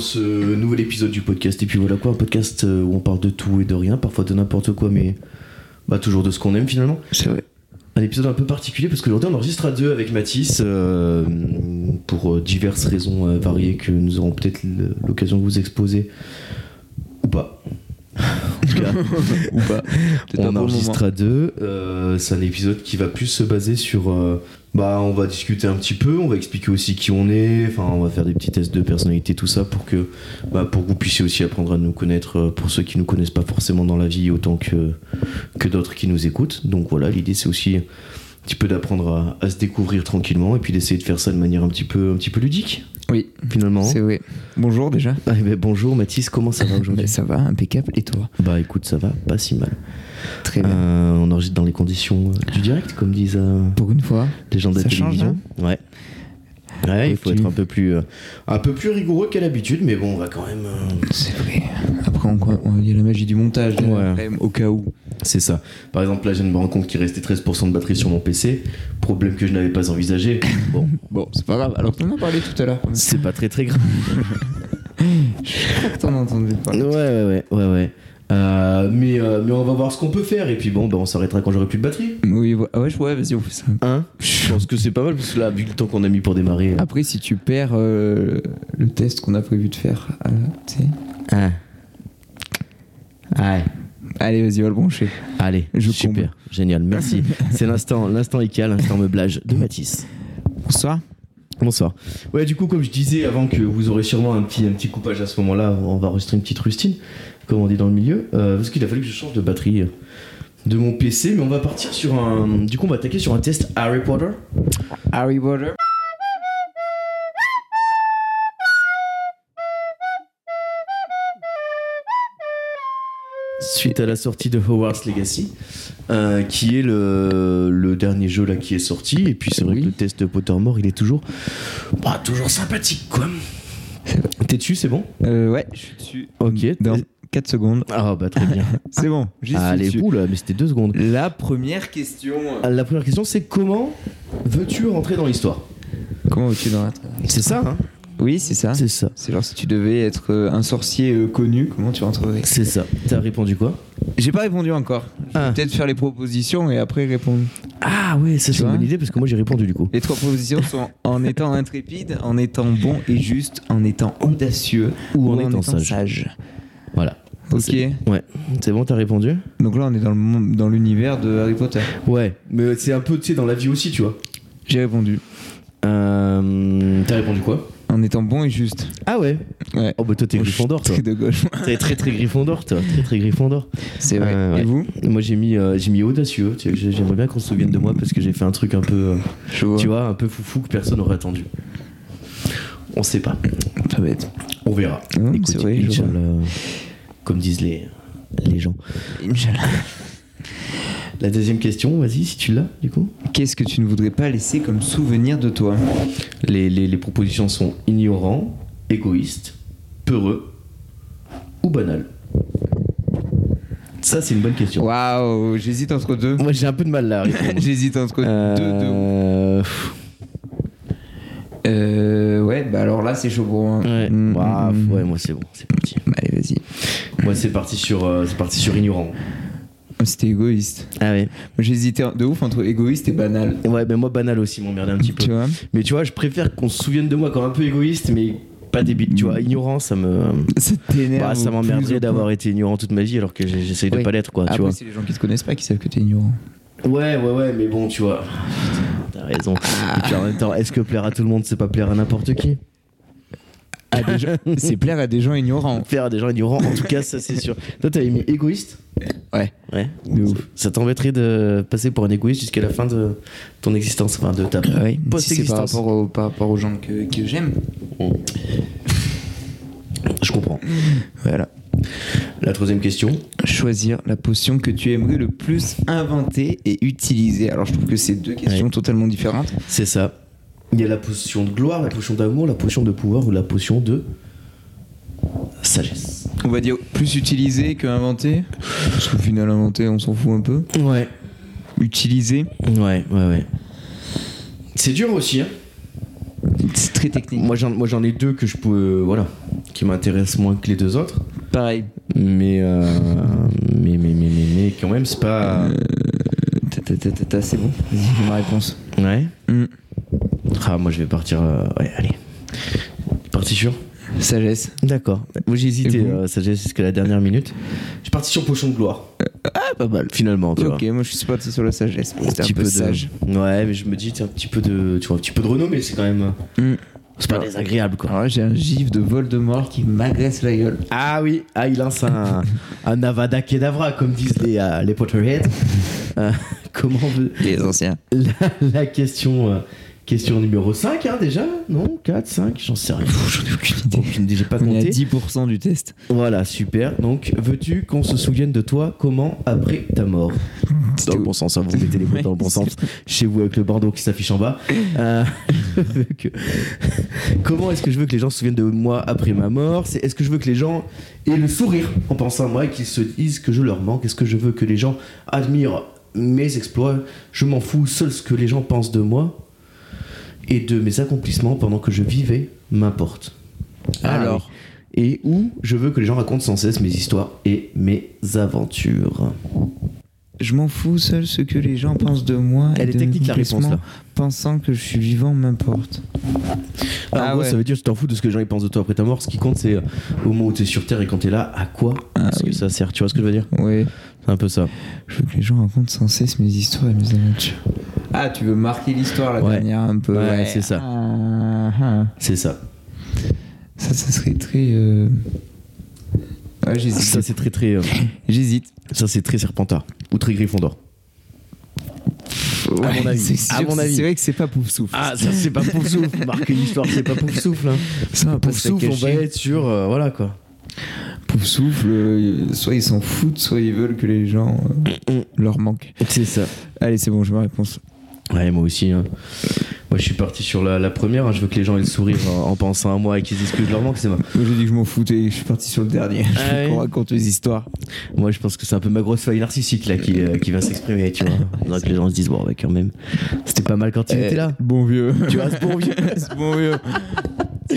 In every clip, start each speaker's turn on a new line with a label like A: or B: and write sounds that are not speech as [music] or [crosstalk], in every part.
A: ce nouvel épisode du podcast. Et puis voilà quoi, un podcast euh, où on parle de tout et de rien, parfois de n'importe quoi, mais bah, toujours de ce qu'on aime finalement.
B: C'est vrai.
A: Un épisode un peu particulier parce qu'aujourd'hui on enregistre à deux avec Mathis euh, pour euh, diverses raisons euh, variées que nous aurons peut-être l- l'occasion de vous exposer ou pas. [laughs] en tout cas,
B: Ou pas.
A: on
B: Peut-être pas pour le moment.
A: enregistre à deux. Euh, c'est un épisode qui va plus se baser sur. euh, bah, on va discuter un petit peu, on va expliquer aussi qui on est. Enfin, on va faire des petits tests de personnalité, tout ça, pour que, bah, pour que vous puissiez aussi apprendre à nous connaître. euh, Pour ceux qui nous connaissent pas forcément dans la vie, autant que que d'autres qui nous écoutent. Donc voilà, l'idée c'est aussi un petit peu d'apprendre à, à se découvrir tranquillement et puis d'essayer de faire ça de manière un petit peu, un petit peu ludique
B: Oui,
A: finalement.
B: c'est vrai. Bonjour déjà.
A: Ah, eh ben, bonjour Mathis, comment ça va
B: Ben, [laughs]
A: aujourd'hui
B: ça va, impeccable. Et toi
A: Bah écoute, ça va pas si mal.
B: Très bien.
A: Euh, on enregistre dans les conditions euh, du direct, comme disent euh,
B: Pour une fois.
A: les gens de la
B: Ça change,
A: télévision. ouais. Ouais, il faut
B: Ok.
A: être un peu plus, euh, un peu plus rigoureux qu'à l'habitude, mais bon, on va quand même. euh,
B: C'est vrai. Après, on, on- il y a la magie du montage. là,
A: Ouais.
B: quand même, au cas où.
A: C'est ça. Par exemple, là, je viens de me rends compte qu'il restait 13% de batterie sur mon PC. Problème que je n'avais pas [laughs] envisagé. Bon,
B: Bon, c'est pas grave. Alors, t'en as parlé tout à l'heure.
A: c'est pas très très grave.
B: Je crois que t'en as entendu parler.
A: Ouais, ouais, ouais, ouais. ouais. Euh, mais, euh, mais on va voir ce qu'on peut faire. Et puis bon, bah, on s'arrêtera quand j'aurai plus de batterie.
B: Oui, ouais, ah ouais, ouais, vas-y, on fait ça.
A: Hein Je pense que c'est pas mal, parce que là, vu le temps qu'on a mis pour démarrer.
B: Après, si tu perds euh, le test qu'on a prévu de faire, euh, tu sais.
A: Ah. Ouais.
B: Allez, vas-y, on va le brancher.
A: Allez,
B: Je
A: super,
B: comble.
A: génial, [laughs] merci. C'est l'instant, l'instant Ika, l'instant meublage de Matisse.
B: Bonsoir.
A: Bonsoir. Ouais, du coup, comme je disais avant que vous aurez sûrement un petit, un petit coupage à ce moment-là, on va enregistrer une petite rustine, comme on dit dans le milieu, euh, parce qu'il a fallu que je change de batterie euh, de mon PC, mais on va partir sur un. Du coup, on va attaquer sur un test Harry Potter.
B: Harry Potter.
A: suite à la sortie de Hogwarts Legacy, euh, qui est le, le dernier jeu là qui est sorti. Et puis c'est vrai
B: Oui.
A: que le test de Pottermore, il est toujours, bah, toujours sympathique quoi. T'es dessus, c'est bon
B: Euh, ouais, je suis dessus.
A: Ok.
B: Dans 4 secondes.
A: Ah bah très [laughs] bien.
B: C'est bon, j'y suis
A: Allez,
B: dessus.
A: oula, mais c'était deux secondes. Ah,
B: La première question.
A: La première question, c'est comment veux-tu rentrer dans l'histoire
B: Comment vas-tu dans la
A: C'est ça, hein
B: Oui, c'est ça.
A: C'est ça.
B: C'est genre si tu devais être euh, un sorcier euh, connu, comment tu rentrerais
A: C'est ça. T'as répondu quoi
B: J'ai pas répondu encore. Je vais
A: Ah.
B: peut-être faire les propositions et après répondre.
A: Ah ouais, ça c'est une
B: vois
A: bonne idée parce que moi j'ai répondu du coup.
B: Les trois
A: [laughs]
B: propositions sont en étant intrépide, en étant bon et juste, en étant audacieux
A: Ou en étant sage. Voilà. Ça,
B: Ok.
A: c'est- Ouais. C'est bon, t'as répondu
B: Donc là, on est dans le monde- dans l'univers de Harry Potter.
A: Ouais. Mais c'est un peu, tu sais, dans la vie aussi, tu vois.
B: J'ai répondu.
A: Euh, T'as répondu quoi
B: En étant bon et juste.
A: Ah ouais
B: Ouais.
A: Oh bah toi t'es
B: Moi, je
A: Gryffondor toi.
B: suis
A: [laughs]
B: de gauche.
A: T'es très très Gryffondor toi. Très très Gryffondor.
B: C'est vrai.
A: Euh, ouais.
B: Et vous
A: Moi j'ai mis, euh, j'ai mis audacieux. Tu sais, j'ai- J'aimerais bien qu'on se souvienne de moi parce que j'ai fait un truc un peu, euh,
B: Je vois.
A: tu vois, un peu foufou que personne n'aurait attendu. On sait pas.
B: Pas bête.
A: On verra.
B: Hum, c'est vrai, je
A: Inch'Allah, comme disent les, les gens.
B: Inch'Allah.
A: La deuxième question, vas-y si tu l'as du coup.
B: Qu'est-ce que tu ne voudrais pas laisser comme souvenir de toi
A: Les, les, les propositions sont ignorant, égoïste, peureux ou banal. Ça c'est une bonne question.
B: Waouh, j'hésite entre deux.
A: Moi [laughs] j'ai un peu de mal là. à répondre.
B: J'hésite entre deux, deux.
A: Euh, pff,
B: Euh, ouais, bah alors là, c'est chaud pour moi.
A: Ouais.
B: Mm,
A: Bah,
B: mm,
A: pff,
B: mm.
A: ouais, moi c'est bon, c'est parti.
B: Bah, Allez, vas-y.
A: Moi c'est parti sur, euh, c'est parti sur ignorant.
B: Oh, C'était égoïste.
A: Ah ouais.
B: Moi, J'hésitais de ouf entre égoïste et banal.
A: Ouais, ben moi banal aussi, m'emmerder un petit peu.
B: Tu vois
A: Mais tu vois, je préfère qu'on se souvienne de moi comme un peu égoïste, mais pas débile. Tu vois, ignorant, ça me,
B: Ça t'énerve.
A: bah, ça
B: au Mm. plus
A: m'emmerderait
B: haut
A: d'avoir été ignorant toute ma vie alors que j'ai- j'essaye de
B: Oui.
A: pas l'être, quoi.
B: point.
A: Tu vois.
B: Après, c'est les gens qui te connaissent pas qui savent que t'es ignorant.
A: Ouais, ouais, ouais, mais bon, tu vois. T'as raison. Et puis en même temps, est-ce que plaire à tout le monde, c'est pas plaire à n'importe qui
B: Ah, [laughs] c'est plaire à des gens ignorants.
A: Plaire à des gens ignorants, en tout cas, ça c'est sûr. Toi, t'avais mis égoïste
B: Ouais.
A: Ouais.
B: De ouf.
A: Ça t'embêterait de passer pour un égoïste jusqu'à la fin de ton existence, enfin de ta
B: Ouais, si c'est par
A: post-existence.
B: rapport, au- par rapport aux gens que, que j'aime.
A: Je comprends.
B: Voilà.
A: La troisième question.
B: Choisir la potion que tu aimerais le plus inventer et utiliser. Alors, je trouve que c'est deux questions totalement différentes.
A: C'est ça. Il y a la potion de gloire, la potion d'amour, la potion de pouvoir ou la potion de sagesse.
B: On va dire plus utiliser que inventer. Parce qu'au final, inventer, on s'en fout un peu.
A: Ouais.
B: Utiliser,
A: Ouais, ouais, ouais. C'est dur aussi, hein.
B: c'est très technique.
A: Moi j'en, moi j'en ai deux que je peux. euh, voilà. qui m'intéresse moins que les deux autres.
B: Pareil.
A: Mais, euh, mais, mais, mais, mais, mais quand même, c'est pas.
B: Euh, ta- ta- ta- ta- ta, C'est bon. Vas-y, fais ma réponse.
A: Ouais.
B: Hmm.
A: Ah, moi, je vais partir. euh, Ouais, allez. Parti sur
B: Sagesse.
A: D'accord. Moi, j'ai hésité,
B: Et vous
A: euh, sagesse, jusqu'à la dernière minute. Je suis parti sur Pochon de Gloire.
B: Ah, pas mal.
A: Finalement, tu vois.
B: Ok, moi je suis parti sur la sagesse. C'était un peu,
A: de-
B: sage.
A: Ouais, mais je me dis, t'es un petit peu de. Tu vois, un petit peu de renommée, c'est quand même. euh,
B: Hmm.
A: C'est pas
B: Alors-
A: désagréable, quoi.
B: Alors là, j'ai un gif de Voldemort qui m'agresse la gueule.
A: Ah oui, ah, il lance un, un Avada Kedavra, comme disent les, euh, les Potterheads. Euh, [laughs] comment vous-
B: Les anciens.
A: la, la question, euh, question numéro 5, hein, déjà Non 4, 5 J'en sais rien. J'en ai aucune idée. J'ai pas
B: On est à
A: compté.
B: 10% du test.
A: Voilà, super. Donc, veux-tu qu'on se souvienne de toi comment après ta mort Dans le bon sens, hein, vous mettez les mots dans le [laughs] bon sens. Chez vous avec le bandeau qui s'affiche en bas. Euh, [laughs] je veux que- Comment est-ce que je veux que les gens se souviennent de moi après ma mort C'est est-ce que je veux que les gens aient le sourire en pensant à moi et qu'ils se disent que je leur manque Est-ce que je veux que les gens admirent mes exploits Je m'en fous, seul ce que les gens pensent de moi et de mes accomplissements pendant que je vivais m'importe. Ah,
B: Alors,
A: et où je veux que les gens racontent sans cesse mes histoires et mes aventures. Ah,
B: je m'en fous seul ce que les gens pensent de moi. et
A: Elle est
B: de mes
A: technique, la réponse,
B: compléments,
A: là.
B: Pensant que je suis vivant m'importe.
A: Alors,
B: Ah
A: en gros,
B: ouais.
A: ça veut dire que tu t'en fous de ce que les gens ils pensent de toi après ta mort. Ce qui compte, c'est euh, au moment où t'es sur Terre et quand t'es là, à quoi
B: Ah
A: est-ce que ça sert Tu vois ce que je veux dire
B: Ouais.
A: C'est un peu ça.
B: Je veux que les gens racontent sans cesse mes histoires et mes aventures. Ah, tu veux marquer l'histoire, la
A: Ouais.
B: dernière, un peu.
A: Ouais, c'est ça.
B: Ah, ah.
A: C'est ça.
B: Ça, ça serait très. euh,
A: Ça,
B: Ouais, j'hésite.
A: c'est très, très. euh,
B: J'hésite.
A: ça, c'est très Serpentard. Ou très Gryffondor. À mon
B: Ouais,
A: avis.
B: c'est sûr,
A: À mon avis.
B: C'est vrai que c'est pas pouf souffle.
A: Ah, ça, c'est pas pour [laughs] souffle. Marquer l'histoire, c'est pas pour souffle. Hein.
B: ça, on va pas
A: Pour
B: se
A: souffle, on va
B: cacher.
A: être sur. euh, voilà quoi.
B: Pouf souffle, euh, soit ils s'en foutent, soit ils veulent que les gens euh, leur manquent.
A: C'est ça.
B: Allez, c'est bon, je ma réponse.
A: Ouais, moi aussi. hein. Moi, je suis parti sur la, la première. hein. Je veux que les gens aient le sourire hein, en, en pensant à moi et qu'ils disent que je leur manque. C'est ma,
B: Moi, j'ai dit que je m'en foutais, je suis parti sur le dernier.
A: Ah
B: [laughs] je veux qu'on
A: ouais.
B: raconte les histoires.
A: Moi, je pense que c'est un peu ma grosse faille narcissique là qui, euh, qui va s'exprimer, tu vois. [laughs] Faudra que les gens se disent, bon, bah, quand même, Euh, c'était pas mal quand il
B: Eh,
A: était là.
B: Bon vieux.
A: Tu vois, ce bon vieux,
B: ce [laughs] bon vieux. C'est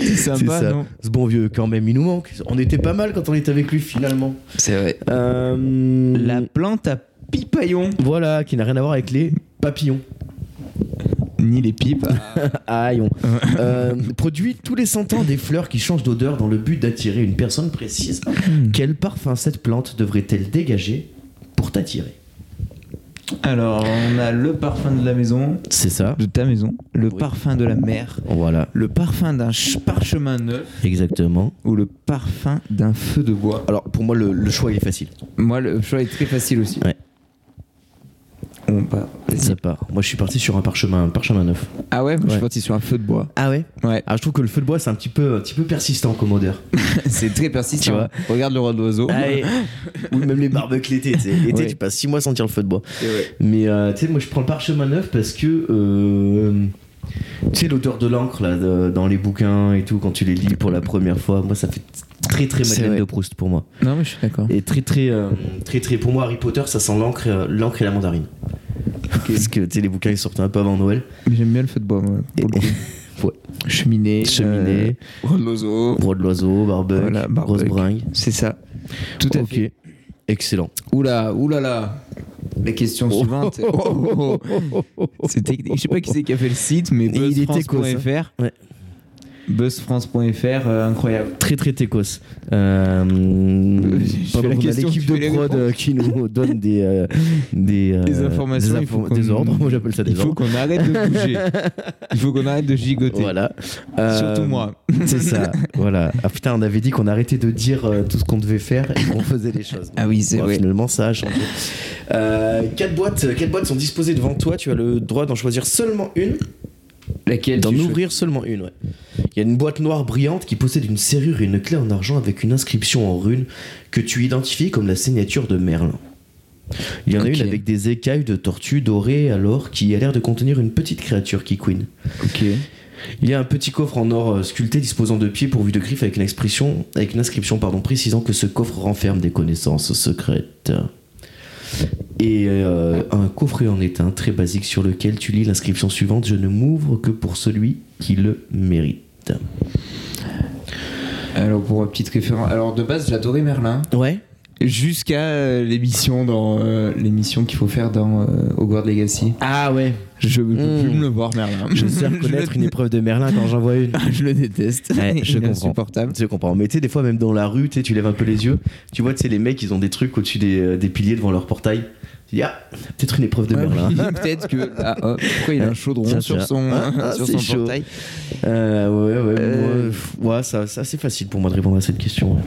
A: [laughs] c'est
B: sympa,
A: ça.
B: non
A: Ce bon vieux, quand même, il nous manque. On était pas mal quand on était avec lui finalement.
B: C'est vrai.
A: Euh,
B: La plante à pipaillon.
A: Voilà, qui n'a rien à voir avec les papillons.
B: Ni les pipes.
A: Aïon. Euh, [laughs] produit tous les 100 ans des fleurs qui changent d'odeur dans le but d'attirer une personne précise. Quel parfum cette plante devrait-elle dégager pour t'attirer
B: Alors, on a le parfum de la maison,
A: C'est ça.
B: de ta maison, le
A: Oui.
B: parfum de la mer,
A: Voilà,
B: le parfum d'un ch- parchemin neuf
A: exactement.
B: ou le parfum d'un feu de bois.
A: Alors, pour moi, le- le choix, il est facile.
B: Moi, le choix est très facile aussi.
A: Ouais.
B: On part.
A: Ça part. Moi, je suis parti sur un parchemin, un parchemin neuf.
B: Ah ouais, moi, je
A: Ouais.
B: suis parti sur un feu de bois.
A: Ah ouais
B: Ouais,
A: Ah, je trouve que le feu de bois, c'est un petit peu, un petit peu persistant comme odeur.
B: [laughs] c'est très persistant.
A: Tu vois.
B: Regarde le roi de l'oiseau.
A: Ah [laughs] Ou même les barbecues l'été. tu sais. L'été,
B: Ouais.
A: tu passes 6 mois sans sentir le feu de bois.
B: C'est vrai.
A: Mais euh, tu sais, moi, je prends le parchemin neuf parce que. euh, tu sais, l'odeur de l'encre, là, de- dans les bouquins et tout, quand tu les lis pour la première fois, moi, ça fait très, très
B: C'est
A: Madeleine
B: vrai.
A: de Proust pour moi.
B: Non, mais je suis d'accord.
A: Et très, très, euh, très, très. Pour moi, Harry Potter, ça sent l'encre euh, l'encre et la
B: [laughs]
A: mandarine. Parce que, tu sais, les bouquins, ils sortent un peu avant Noël.
B: Mais j'aime bien le feu de bois, moi. pour le coup. [laughs]
A: Ouais.
B: Cheminée.
A: Cheminée.
B: euh, roi de l'oiseau.
A: Roi de l'oiseau, barbec,
B: Voilà, barbec.
A: grosse bringue.
B: C'est ça. Tout à
A: ok.
B: fait.
A: Excellent.
B: Oula, oulala. La question suivante. Oh, oh, oh. [laughs] C'est technique. Je sais pas qui c'est qui a fait le site, mais
A: Il est techos, hein.
B: buzzfrance.fr.
A: Ouais.
B: Buzzfrance.fr, euh, incroyable.
A: Très très techos. Euh,
B: je fais
A: pardon,
B: la
A: on a
B: question,
A: l'équipe
B: tu fais
A: de
B: les
A: prod euh, qui
B: [laughs]
A: nous donne des euh, des, euh,
B: Des informations,
A: des,
B: il faut
A: infor-
B: qu'on-
A: des ordres. Moi j'appelle ça
B: Il
A: des
B: faut
A: ordres.
B: qu'on arrête de bouger. [laughs] Il faut qu'on arrête de gigoter.
A: Voilà.
B: Surtout
A: Euh,
B: moi.
A: [laughs] C'est
B: [laughs]
A: ça. voilà. Ah putain, on avait dit qu'on arrêtait de dire euh, tout ce qu'on devait faire et qu'on faisait les choses.
B: [laughs] Ah oui, c'est
A: Bon,
B: vrai.
A: Finalement, ça a changé. Euh, quatre boîtes, quatre boîtes sont disposées devant toi. Tu as le droit d'en choisir seulement une.
B: Laquelle
A: D'en
B: tu
A: ouvrir seulement une, ouais. Il y a une boîte noire brillante qui possède une serrure et une clé en argent avec une inscription en runes que tu identifies comme la signature de Merlin. Il y en
B: Ok.
A: a une avec des écailles de tortue dorées alors qui a l'air de contenir une petite créature qui queen.
B: choisis
A: Il y a un petit coffre en or euh, sculpté disposant de pieds pourvus de griffes avec une expression, avec une inscription pardon, précisant que ce coffre renferme des connaissances secrètes. Et euh, un coffret en étain très basique sur lequel tu lis l'inscription suivante Je ne m'ouvre que pour celui qui le mérite.
B: Alors, pour un petit référent. Alors, de base, j'adorais Merlin.
C: Ouais.
B: Jusqu'à euh, l'émission dans euh, l'émission qu'il faut faire dans euh, Hogwarts Legacy.
C: Ah ouais.
B: Je ne peux
C: Mm.
B: plus Hmm. me le voir, Merlin.
C: Je
B: [laughs]
C: sais reconnaître une épreuve de Merlin quand j'en vois une.
B: je le déteste.
C: Ouais, je
B: [laughs] Il est
C: comprends.
B: insupportable.
A: [laughs] Tu sais, comprends. Mais tu sais, des fois, même dans la rue, tu sais, tu lèves un peu les yeux. Tu vois, tu sais, les mecs, ils ont des trucs au-dessus des, euh, des piliers devant leur portail. Tu dis, ah, peut-être une épreuve de
B: Ah
A: Merlin.
B: oui, [laughs] Peut-être que. Ah, oh, pourquoi il a un chaudron
C: Tiens,
B: sur
C: tiens.
B: son,
A: Ah, ah,
B: sur
A: c'est
B: son
A: chaud.
B: portail
A: Euh, ouais, ouais,
C: Euh,
A: moi, pff, ouais, ça, c'est assez facile pour moi de répondre à cette question. ouais.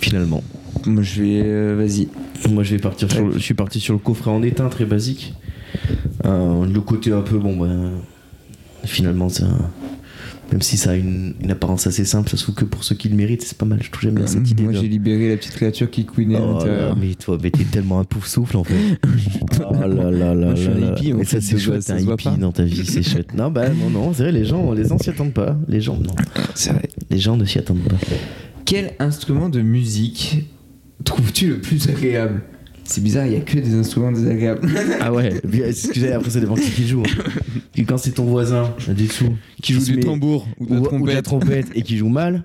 A: Finalement,
B: Moi, je vais. euh, Vas-y.
A: moi je vais partir sur, le- je suis parti sur le coffret en étain très basique. Euh, le côté un peu bon, ben finalement ça, même si ça a une, une apparence assez simple, ça se trouve que pour ceux qui le méritent, c'est pas mal. Je trouve j'aime bien cette idée.
B: Moi,
A: de-
B: j'ai libéré la petite créature qui couinait à
A: Oh là,
B: l'intérieur.
A: mais toi, mais t'es tellement un pouf souffle
B: [laughs]
A: en fait. oh là là là là.
B: je suis un
A: là.
B: hippie, en
A: Mais
B: fait,
A: ça c'est
B: de
A: chouette,
B: base,
A: t'es
B: ça
A: un
B: se voit
A: hippie
B: pas.
A: dans ta vie, c'est chouette. Non, bah non, non, c'est vrai, les gens, les gens s'y attendent pas. Les gens, non.
B: C'est vrai.
A: Les gens ne s'y attendent pas.
B: Quel instrument de musique trouves-tu le plus agréable C'est bizarre, il y a que des instruments désagréables.
A: Ah ouais, bien, excusez, après ça dépend qui qui joue. hein. Puis quand c'est ton voisin, du dessous,
B: [laughs] Qui joue
A: se
B: du
A: met-
B: tambour ou de la
A: ou- ou de la
B: trompette.
A: trompette et qui joue mal,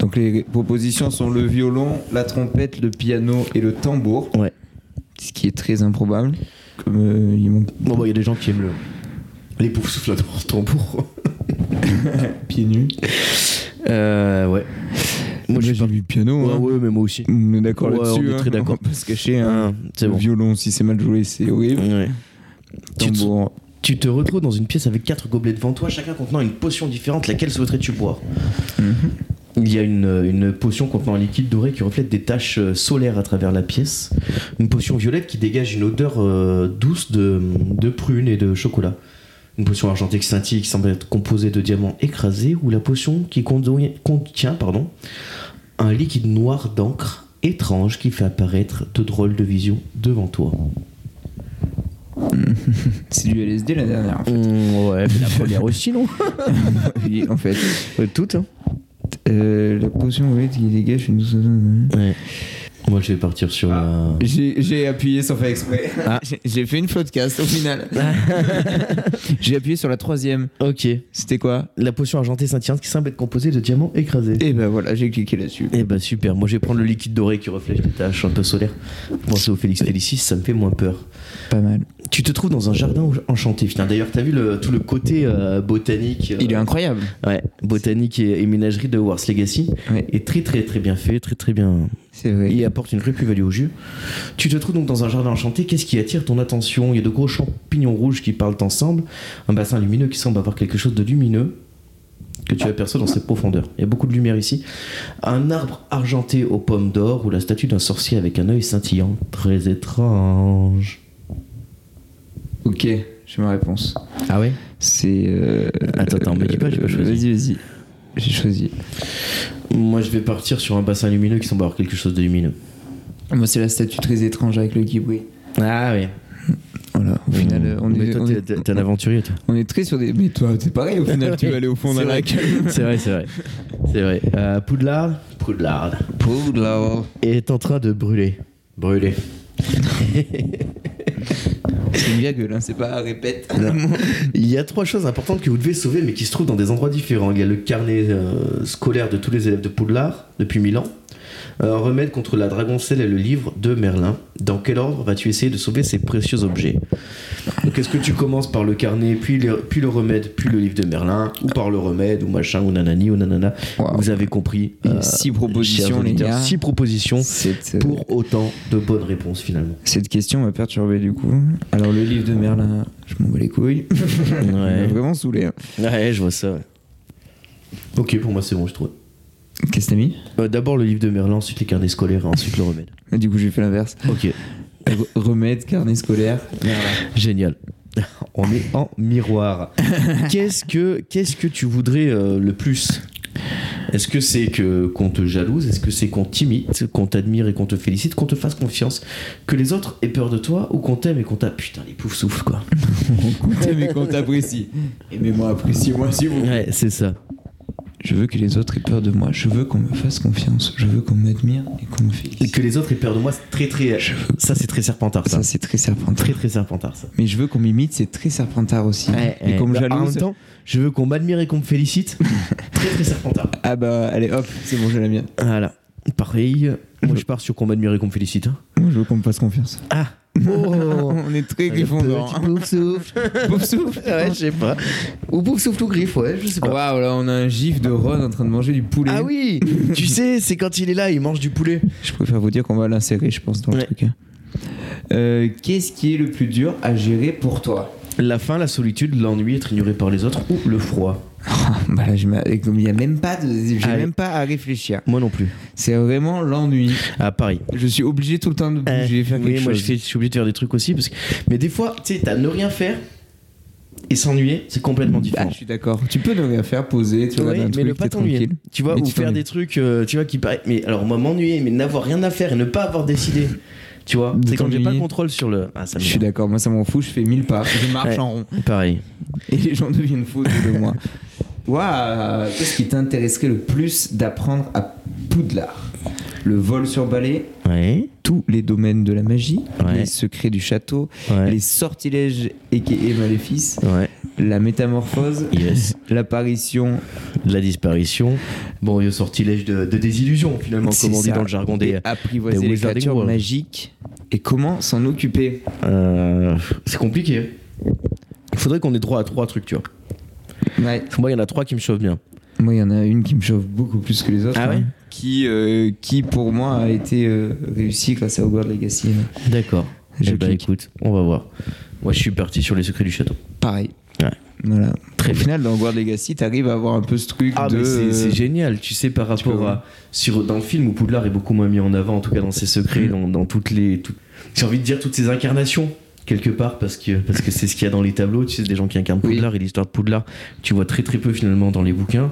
B: Donc les propositions sont le violon, la trompette, le piano et le tambour.
A: Ouais.
B: Ce qui est très improbable. Comme euh, il manque
A: bon bah il y a des gens qui aiment le. Les poufs soufflent à leur tambour.
B: pieds nus.
A: Euh, ouais. Moi je suis
B: j'ai
A: pas.
B: du piano.
A: Ouais,
B: hein.
A: ouais, mais moi aussi.
B: On est d'accord
A: Ouais,
B: là-dessus.
A: on est
B: hein.
A: très d'accord.
B: On va pas se cacher.
A: Hein,
B: hein.
A: c'est
B: le
A: bon.
B: violon, si c'est mal joué, c'est horrible.
A: Ouais. Tu te-
B: Tambour.
A: Tu te retrouves dans une pièce avec quatre gobelets devant toi, chacun contenant une potion différente, laquelle souhaiterais-tu boire Mhm. Il y a une, une potion contenant un liquide doré qui reflète des taches euh, solaires à travers la pièce, une potion violette qui dégage une odeur euh, douce de, de prunes et de chocolat, une potion argentée qui scintille et qui semble être composée de diamants écrasés, ou la potion qui contient, contient, pardon, un liquide noir d'encre étrange qui fait apparaître de drôles de visions devant toi.
B: C'est du LSD la dernière.
A: Mmh, ouais, la première aussi, [laughs] non
B: [laughs] oui, en fait.
A: Toutes, hein
B: Euh, la potion violette qui dégage une
A: Ouais. Moi, je vais partir sur la.
B: J'ai j'ai appuyé sans faire exprès.
A: Ah.
B: [laughs] J'ai- J'ai fait une podcast
A: [laughs]
B: au final. J'ai appuyé sur la troisième.
A: Ah. Ok.
B: C'était quoi
A: La potion argentée scintillante qui semble être composée de diamants écrasés.
B: Et ben voilà, j'ai cliqué là-dessus.
A: Eh bah super, moi je vais prendre le liquide doré qui reflète les taches un peu solaires. Pensez au Félix Felicis, ça me fait moins peur.
B: Pas mal.
A: Tu te trouves dans un jardin enchanté. Putain, d'ailleurs, t'as vu le- tout le côté euh, botanique. euh,
B: Il est incroyable.
A: Ouais, botanique et, et ménagerie de Hogwarts Legacy.
B: Ouais.
A: Et très très très bien fait, très très bien.
B: C'est vrai.
A: Il apporte une vraie plus-value au jus. Tu te trouves donc dans un jardin enchanté. Qu'est-ce qui attire ton attention Il y a de gros champignons rouges qui parlent ensemble. Un bassin lumineux qui semble avoir quelque chose de lumineux que tu aperçois dans ses profondeurs. Il y a beaucoup de lumière ici. Un arbre argenté aux pommes d'or ou la statue d'un sorcier avec un œil scintillant. Très étrange.
B: Ok, j'ai ma réponse.
A: Ah ouais
B: C'est. euh,
A: Attends, attends, me dis pas, j'ai pas choisi.
B: Vas-y, vas-y. J'ai choisi.
A: Moi je vais partir sur un bassin lumineux qui semble avoir quelque chose de lumineux.
B: Moi, c'est la statue très étrange avec le kiwi.
A: Ah oui.
B: Voilà, au final, euh, on,
A: Mais
B: est,
A: toi,
B: on,
A: t'es-
B: est,
A: t'es t'es un aventurier toi.
B: on est très sur des. Mais toi, t'es pareil [laughs] au final, tu vas aller au fond d'un
A: C'est vrai.
B: lac. [laughs]
A: C'est vrai, c'est vrai. C'est vrai. Euh, Poudlard Poudlard.
B: Poudlard.
A: est en train de brûler. Brûler.
B: C'est une virgule, hein, c'est pas répète. [laughs]
A: Il y a trois choses importantes que vous devez sauver, mais qui se trouvent dans des endroits différents. Il y a le carnet euh, scolaire de tous les élèves de Poudlard depuis 1000 ans, un remède contre la dragoncelle et le livre de Merlin. Dans quel ordre vas-tu essayer de sauver ces précieux objets Donc, est-ce que tu commences par le carnet, puis le, puis le remède, puis le livre de Merlin, ou par le remède, ou machin, ou nanani, ou nanana
B: Wow.
A: Vous avez compris.
B: Il y a
A: euh,
B: six propositions,
A: chers
B: les
A: auditeurs,
B: gars.
A: Six propositions
B: Cette, euh,
A: pour autant de bonnes réponses finalement.
B: cette question m'a perturbé du coup. Alors, le livre de Merlin, je m'en bats les [laughs] couilles. Il m'a vraiment saoulé. hein.
A: Ah Ouais, je vois ça. ouais. Ok, pour moi c'est bon, je trouve.
B: Qu'est-ce que t'as mis
A: Euh, D'abord le livre de Merlin, ensuite les carnets scolaires, et ensuite le remède.
B: Et Ah, Du coup, j'ai fait l'inverse.
A: Ok,
B: Re- Remède, carnet scolaire. Merlin.
A: génial. [laughs] On est en miroir. [laughs] Qu'est-ce que qu'est-ce que tu voudrais euh, le plus Est-ce que c'est que qu'on te jalouse Est-ce que c'est qu'on t'imite, qu'on t'admire et qu'on te félicite, qu'on te fasse confiance, que les autres aient peur de toi ou qu'on t'aime et qu'on t'a putain les poufs souffles quoi
B: Écoutez, mais qu'on t'apprécie. Aimez-moi, appréciez-moi si vous.
A: Ouais, c'est ça.
B: Je veux que les autres aient peur de moi. Je veux qu'on me fasse confiance. Je veux qu'on m'admire et qu'on me
A: Et
B: fixe.
A: que les autres aient peur de moi, c'est très très.
B: Je veux-
A: Ça, c'est très serpentard, ça.
B: Ça, c'est très serpentard.
A: Très très serpentard, ça.
B: Mais je veux qu'on m'imite, c'est très serpentard aussi. et qu'on me
A: Bah, En même
B: jalouse.
A: temps, je veux qu'on m'admire et qu'on me félicite. [laughs] très très serpentard.
B: Ah bah, allez, hop, c'est bon, je la mienne.
A: Voilà. Pareil. Moi, je pars sur qu'on m'admire et qu'on me félicite. hein.
B: Moi, je veux qu'on me fasse confiance.
A: Ah
B: [laughs]
A: Oh
B: On est très
A: Petit
B: griffondor.
A: Pouf souffle.
B: Pouf souffle.
A: [laughs] Ouais, je sais pas. Ou pouf souffle ou griffe, ouais, je sais pas.
B: Waouh, là, on a un gif de Ron en train de manger du poulet.
A: Ah [laughs] oui Tu sais, c'est quand il est là, il mange du poulet.
B: Je préfère vous dire qu'on va l'insérer, je pense, dans le
A: Ouais.
B: truc. hein. Euh, Qu'est-ce qui est le plus dur à gérer pour toi [laughs]
A: La faim, la solitude, l'ennui, être ignoré par les autres ou le froid.
B: Bah là, je m'a- et comme il n'y a même pas, de... j'ai
A: Allez.
B: même pas à réfléchir.
A: Moi non plus.
B: C'est vraiment l'ennui.
A: À Paris.
B: Je suis obligé tout le temps de bouger, faire
A: Euh, oui,
B: quelque
A: moi je
B: chose.
A: fais- je suis obligé de faire des trucs aussi parce que. Mais des fois, tu sais, t'as ne rien faire et s'ennuyer, c'est complètement
B: Ah,
A: différent.
B: je suis d'accord. Tu peux ne rien faire, poser, tu
A: Ouais,
B: regardes un
A: mais
B: truc,
A: ne pas
B: t'es
A: t'ennuyer.
B: tranquille.
A: Tu vois,
B: Mais
A: ou
B: tu
A: faire
B: t'ennuies.
A: des trucs, euh, tu vois, qui paraissent. Mais alors, moi, m'ennuyer, mais n'avoir rien à faire et ne pas avoir décidé. Tu vois,
B: De
A: c'est quand j'ai pas le
B: t'ennuyer.
A: contrôle sur le. Ah, ça me
B: Je suis d'accord, moi ça m'en fout, je fais 1000 pas, [laughs] je marche
A: Ouais.
B: en rond
A: Pareil.
B: et les gens deviennent fous autour de [laughs] moi. Waouh, qu'est-ce qui t'intéresserait le plus d'apprendre à Poudlard Le vol sur balai,
A: Ouais.
B: tous les domaines de la magie,
A: Ouais.
B: les secrets du château,
A: Ouais.
B: les sortilèges et maléfices,
A: Ouais.
B: la métamorphose, [laughs]
A: Yes.
B: l'apparition.
A: La disparition. Bon, il y a sortilège de, de désillusion, finalement,
B: c'est
A: comme on dit
B: ça,
A: dans le jargon des.
B: et apprivoiser
A: des
B: les
A: Wizarding
B: créatures
A: World.
B: magiques et comment s'en occuper.
A: Euh, c'est compliqué. hein. Il faudrait qu'on ait droit à trois trucs, tu vois.
B: Ouais.
A: Moi, il y en a trois qui me chauffent bien.
B: Moi, il y en a une qui me chauffe beaucoup plus que les autres.
A: Ah ouais
B: hein, qui, euh, qui, pour moi, a été euh, réussie grâce à Hogwarts Legacy. hein.
A: D'accord.
B: Je
A: Eh ben,
B: clique.
A: écoute, on va voir. Moi, je suis parti sur les secrets du château.
B: Pareil.
A: Ouais.
B: Voilà.
A: Très
B: Au
A: bien.
B: final, dans Hogwarts Legacy, t'arrives à avoir un peu ce truc
A: Ah,
B: de.
A: mais c'est- c'est génial, tu sais, par
B: Tu peux
A: rapport
B: voir.
A: à. Sur, dans le film où Poudlard est beaucoup moins mis en avant, en tout cas dans ses secrets, dans, dans toutes les. tout- J'ai envie de dire toutes ses incarnations, quelque part, parce que parce que c'est ce qu'il y a dans les tableaux, tu sais, des gens qui incarnent
B: Oui.
A: Poudlard et l'histoire de Poudlard, tu vois très très peu finalement dans les bouquins.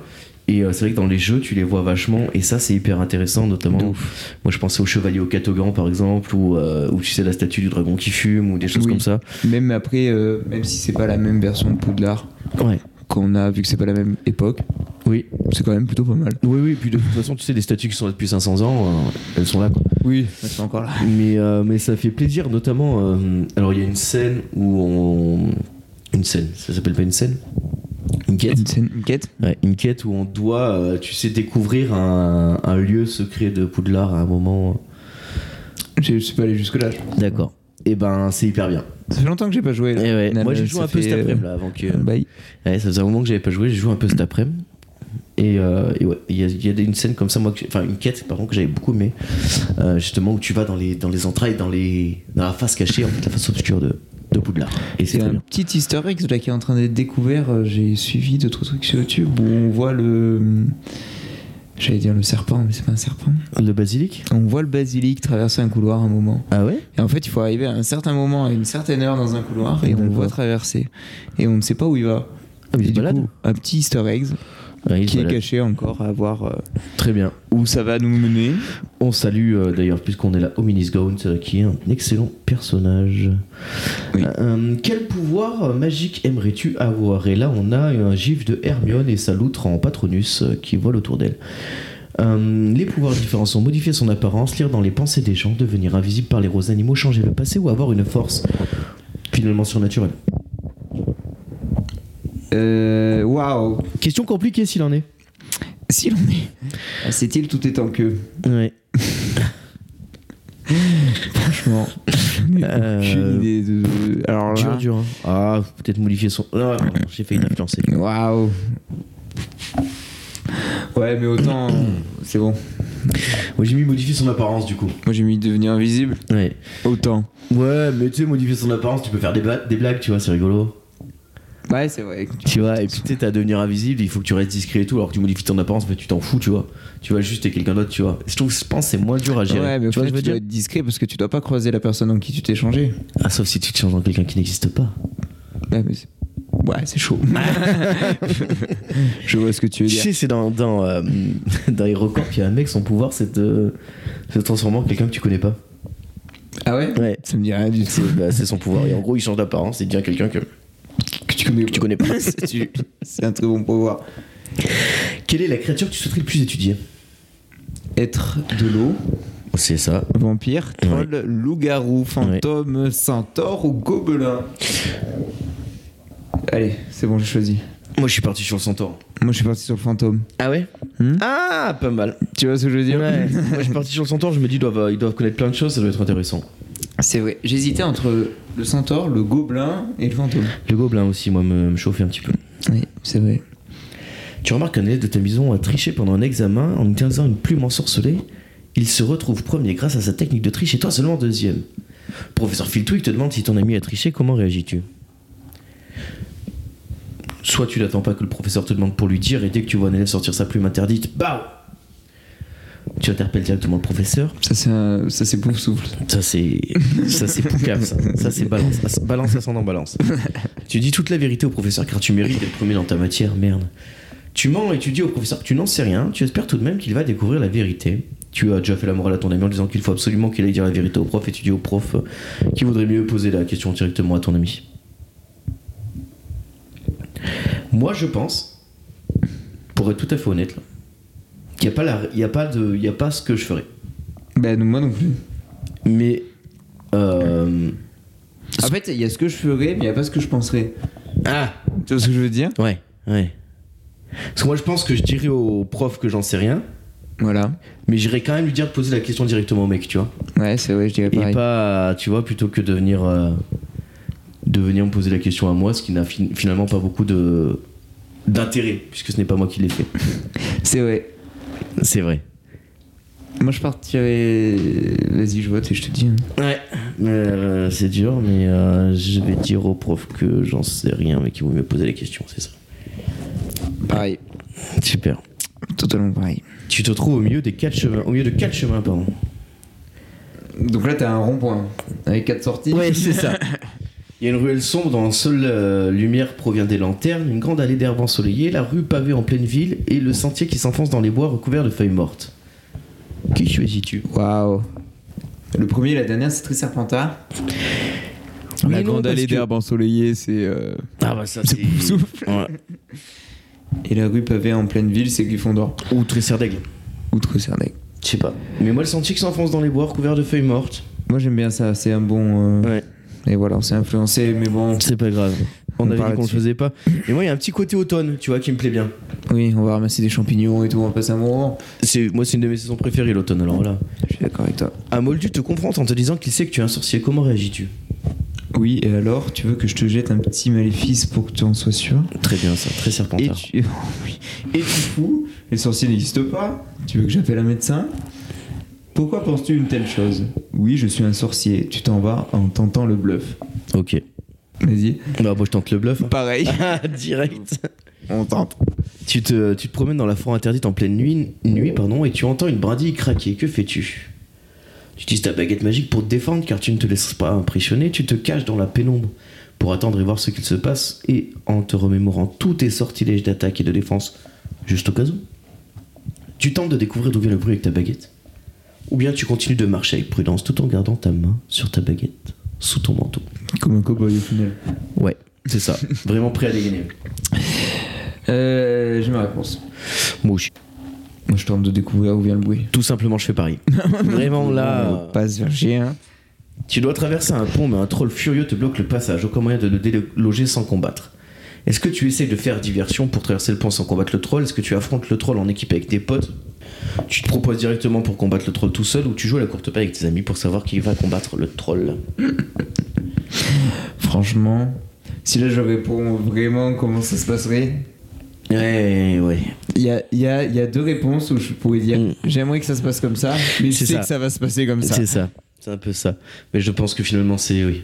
A: Et euh, c'est vrai que dans les jeux, tu les vois vachement, et ça, c'est hyper intéressant, notamment.
B: De
A: Moi, je pensais au Chevalier au Catogan, par exemple, ou, euh, ou tu sais, la statue du dragon qui fume, ou des choses
B: Oui.
A: comme ça.
B: Même après, euh, même si c'est pas la même version de Poudlard
A: Ouais.
B: qu'on a, vu que c'est pas la même époque,
A: Oui,
B: c'est quand même plutôt pas mal.
A: oui, oui. Et puis de toute façon, tu sais, des statues qui sont là depuis 500 ans, euh, elles sont là. Quoi.
B: Oui, c'est encore là.
A: Mais, euh, mais ça fait plaisir, notamment. euh, alors, il y a une scène où on. Une scène, ça s'appelle pas une scène Une
B: Une,
A: quête
B: scène- une quête
A: Ouais, Une quête où on doit, euh, tu sais, découvrir un, un lieu secret de Poudlard à un moment.
B: Je je suis pas allé jusque-là. je pense.
A: D'accord. Et ben, c'est hyper bien.
B: Ça fait longtemps que j'ai pas joué.
A: Et
B: Là.
A: Eh ouais,
B: Eh Non,
A: Moi,
B: mais
A: j'ai joué
B: ça
A: un peu
B: fait,
A: cet
B: euh,
A: après-midi, là, avant que.
B: Bye.
A: Ouais, ça faisait un moment que j'avais pas joué, je joue un peu cet après-midi. Et, euh, et ouais, il y a, il y a des- une scène comme ça, moi, que j'ai- enfin une quête, pardon, que j'avais beaucoup aimé, euh, justement où tu vas dans les, dans les entrailles, dans, les, dans la face cachée, en fait, la face obscure de, de Poudlard. Et c'est
B: C'est
A: très
B: un
A: bien.
B: petit easter egg là qui est en train d'être découvert. Euh, J'ai suivi d'autres trucs sur YouTube où on voit le. euh, J'allais dire le serpent, mais c'est pas un serpent.
A: Le basilic
B: On voit le basilic traverser un couloir à un moment.
A: Ah ouais
B: Et en fait, il faut arriver à un certain moment, à une certaine heure dans un couloir, et on le voit
A: D'accord.
B: traverser. Et on ne sait pas où il va.
A: Ah, mais il
B: Et
A: se
B: du
A: balade.
B: coup, un petit easter egg
A: Ouais, il se
B: qui est
A: balade.
B: caché encore à voir euh,
A: Très bien.
B: où ça va nous mener.
A: On salue euh, d'ailleurs, puisqu'on est là, Hominis Gaunt, euh, qui est un excellent personnage.
B: Oui.
A: Euh, quel pouvoir euh, magique aimerais-tu avoir Et là, on a un gif de Hermione et sa loutre en patronus euh, qui vole autour d'elle. Euh, les pouvoirs différents sont modifier son apparence, lire dans les pensées des gens, devenir invisible par les roses animaux, changer le passé ou avoir une force finalement surnaturelle.
B: Euh, Waouh!
A: Question compliquée s'il en est.
B: Si l'on est. Ah, Cette île, tout est en queue.
A: Ouais.
B: Franchement, [laughs] aucune idée de. Alors
A: Euh, Dur,
B: là.
A: dur. hein. Ah, peut-être modifier son. Ah, pardon, j'ai fait une influencer.
B: Waouh. Ouais, mais autant. [clears throat] c'est bon.
A: Moi j'ai mis modifier son apparence du coup.
B: Moi j'ai mis devenir invisible.
A: Ouais.
B: Autant.
A: Ouais, mais tu sais, modifier son apparence, tu peux faire des, ba- des blagues, tu vois, c'est rigolo.
B: Ouais, c'est vrai.
A: Tu vois, et puis tu sais, t'as à devenir invisible, il faut que tu restes discret et tout, alors que tu modifies ton apparence, mais tu t'en fous, tu vois. Tu vas juste t'es quelqu'un d'autre, tu vois. Je trouve, je pense, que c'est moins dur à gérer.
B: Ouais, mais au
A: tu vois ce que je
B: final, tu dois
A: veux dire
B: être discret parce que tu dois pas croiser la personne en qui tu t'es changé.
A: Ah, sauf si tu te changes en quelqu'un qui n'existe pas.
B: Ouais, mais c'est. Ouais, c'est [laughs] chaud. Je vois ce que tu veux
A: Tu
B: dire.
A: sais, c'est dans, dans, [laughs] euh, dans HeroCorp, il y a un mec, son pouvoir, c'est de se transformer en quelqu'un que tu connais pas.
B: Ah ouais
A: Ouais.
B: Ça me dit rien du tout.
A: C'est bah, c'est son pouvoir, et en gros, il change d'apparence et devient quelqu'un que
B: Que tu connais, [laughs]
A: tu connais pas.
B: C'est- tu- C'est un très bon pouvoir.
A: Quelle est la créature que tu souhaiterais le plus étudier
B: Être de l'eau,
A: Oh,
C: C'est ça.
B: vampire, troll, loup-garou, fantôme, centaure ou gobelin Allez, c'est bon, j'ai choisi.
A: Moi, je suis parti sur le centaure.
B: Moi, je suis parti sur le fantôme.
C: Ah ouais
B: Hmm
A: Ah, pas mal.
B: Tu vois ce que je veux dire
C: Ouais.
A: [laughs] Moi, je suis parti sur le centaure. Je me dis, ils doivent, euh, ils doivent connaître plein de choses. Ça doit être intéressant.
B: C'est vrai. J'hésitais entre le centaure, le gobelin et le fantôme.
A: Le gobelin aussi, moi, me, me chauffait un petit peu.
B: Oui, c'est vrai.
A: Tu remarques qu'un élève de ta maison a triché pendant un examen en utilisant une plume ensorcelée. Il se retrouve premier grâce à sa technique de triche et toi seulement deuxième. Le professeur Filtwig te demande si ton ami a triché, comment réagis-tu Soit tu n'attends pas que le professeur te demande pour lui dire et dès que tu vois un élève sortir sa plume interdite, BAU Tu interpelles directement le professeur.
B: Ça, c'est un... ça, c'est bon souffle.
A: Ça c'est ça c'est poucave ça. Ça c'est balance As- balance ascendant balance. tu dis toute la vérité au professeur car tu mérites d'être premier dans ta matière, merde. Tu mens et tu dis au professeur que tu n'en sais rien, tu espères tout de même qu'il va découvrir la vérité. Tu as déjà fait la morale à ton ami en disant qu'il faut absolument qu'il aille dire la vérité au prof et tu dis au prof euh, qu'il vaudrait mieux poser la question directement à ton ami. Moi je pense pour être tout à fait honnête là, qu'il n'y a pas la- il y a pas de il y a pas ce que je ferais.
B: Ben, moi non plus.
A: Mais euh,
B: En fait, il y a ce que je ferais, mais il n'y a pas ce que je penserais.
A: Ah
B: Tu vois ce que je veux dire
A: Ouais, ouais. Parce que moi je pense que je dirais au prof que j'en sais rien,
B: Voilà.
A: mais j'irais quand même lui dire de poser la question directement au mec, tu vois.
B: Ouais, c'est vrai, je dirais
A: Et
B: pareil.
A: pas, tu vois, plutôt que de venir, euh, de venir me poser la question à moi, ce qui n'a fin- finalement pas beaucoup de d'intérêt, puisque ce n'est pas moi qui l'ai fait.
B: C'est vrai.
A: C'est vrai.
B: Moi, je partirais. euh, Vas-y, je vote et je te dis. hein.
A: Ouais, Euh, c'est dur, mais euh, je vais dire au prof que j'en sais rien, mais qu'il vaut mieux poser la question, c'est ça.
B: Pareil.
A: Super.
B: Totalement pareil.
A: Tu te trouves au milieu des quatre chemins, au milieu de quatre chemins, pardon.
B: Donc là, t'as un rond-point avec quatre sorties.
A: Ouais, c'est ça. [laughs] Il y a une ruelle sombre dont la seule euh, lumière provient des lanternes, une grande allée d'herbe ensoleillée, la rue pavée en pleine ville et le sentier qui s'enfonce dans les bois recouverts de feuilles mortes. Qui choisis-tu
B: Waouh. Le premier et la dernière, c'est très serpentard.
A: Mais non, parce que-
B: ensoleillée, c'est. euh,
A: Ah bah ça
B: c'est Pouf
A: [laughs]
B: Souffle. Et la rue pavée en pleine ville, c'est Gryffondor.
A: Ou Tresser d'Aigle.
B: Outre Serdaigle.
A: Je sais pas. Mais moi le sentier qui s'enfonce dans les bois recouverts de feuilles mortes.
B: Moi, j'aime bien ça. C'est un bon. euh,
A: Ouais.
B: Et voilà, on s'est influencé, mais bon.
A: C'est pas grave. On,
B: On
A: avait
B: parle
A: dit qu'on le
B: là-dessus.
A: faisait pas. Et moi il y a un petit côté automne, tu vois, qui me plaît bien.
B: Oui, on va ramasser des champignons et tout, on va passer un moment.
A: C'est moi c'est une de mes saisons préférées l'automne alors voilà.
B: Je suis d'accord avec toi.
A: Un Moldu te confronte en te disant qu'il sait que tu es un sorcier. Comment réagis-tu
B: Oui, et alors, tu veux que je te jette un petit maléfice pour que tu en sois sûr
A: Très bien ça, très
B: Et
A: serpentard.
B: tu... [laughs] Oui. et tu fous Les sorciers n'existent pas Tu veux que j'appelle un médecin Pourquoi penses-tu une telle chose Oui, je suis un sorcier. Tu t'en vas en tentant le bluff.
A: Ok.
B: Vas-y.
A: Bah moi je tente le bluff. hein.
B: Pareil.
A: [laughs] Ah, Direct.
B: On tente.
A: Tu te, tu te promènes dans la forêt interdite en pleine nuit, nuit pardon, et tu entends une brindille craquer. Que fais-tu Tu utilises ta baguette magique pour te défendre car tu ne te laisses pas impressionner. Tu te caches dans la pénombre pour attendre et voir ce qu'il se passe et en te remémorant tous tes sortilèges d'attaque et de défense, juste au cas où. Tu tentes de découvrir d'où vient le bruit avec ta baguette. Ou bien tu continues de marcher avec prudence tout en gardant ta main sur ta baguette, sous ton manteau.
B: Comme un cowboy au final.
A: Ouais, c'est ça. Vraiment prêt à dégainer.
B: Euh, J'ai ma réponse.
A: Moi aussi.
B: Moi, je tente de découvrir où vient le bruit.
A: Tout simplement, je fais pareil. [laughs] Vraiment là.
B: On passe vers G1.
A: Tu dois traverser un pont, mais un troll furieux te bloque le passage. Aucun moyen de le déloger sans combattre. Est-ce que tu essayes de faire diversion pour traverser le pont sans combattre le troll Est-ce que tu affrontes le troll en équipe avec tes potes Tu te proposes directement pour combattre le troll tout seul ou tu joues à la courte paille avec tes amis pour savoir qui va combattre le troll
B: Franchement, si là je réponds vraiment comment ça se passerait,
A: Ouais, ouais.
B: il y a, il y a- il y a deux réponses où je pourrais dire
A: Mm.
B: j'aimerais que ça se passe comme ça, mais je
A: C'est
B: sais
A: ça.
B: que ça va se passer comme ça.
A: C'est ça. C'est un peu ça. Mais je pense que finalement, c'est. Oui.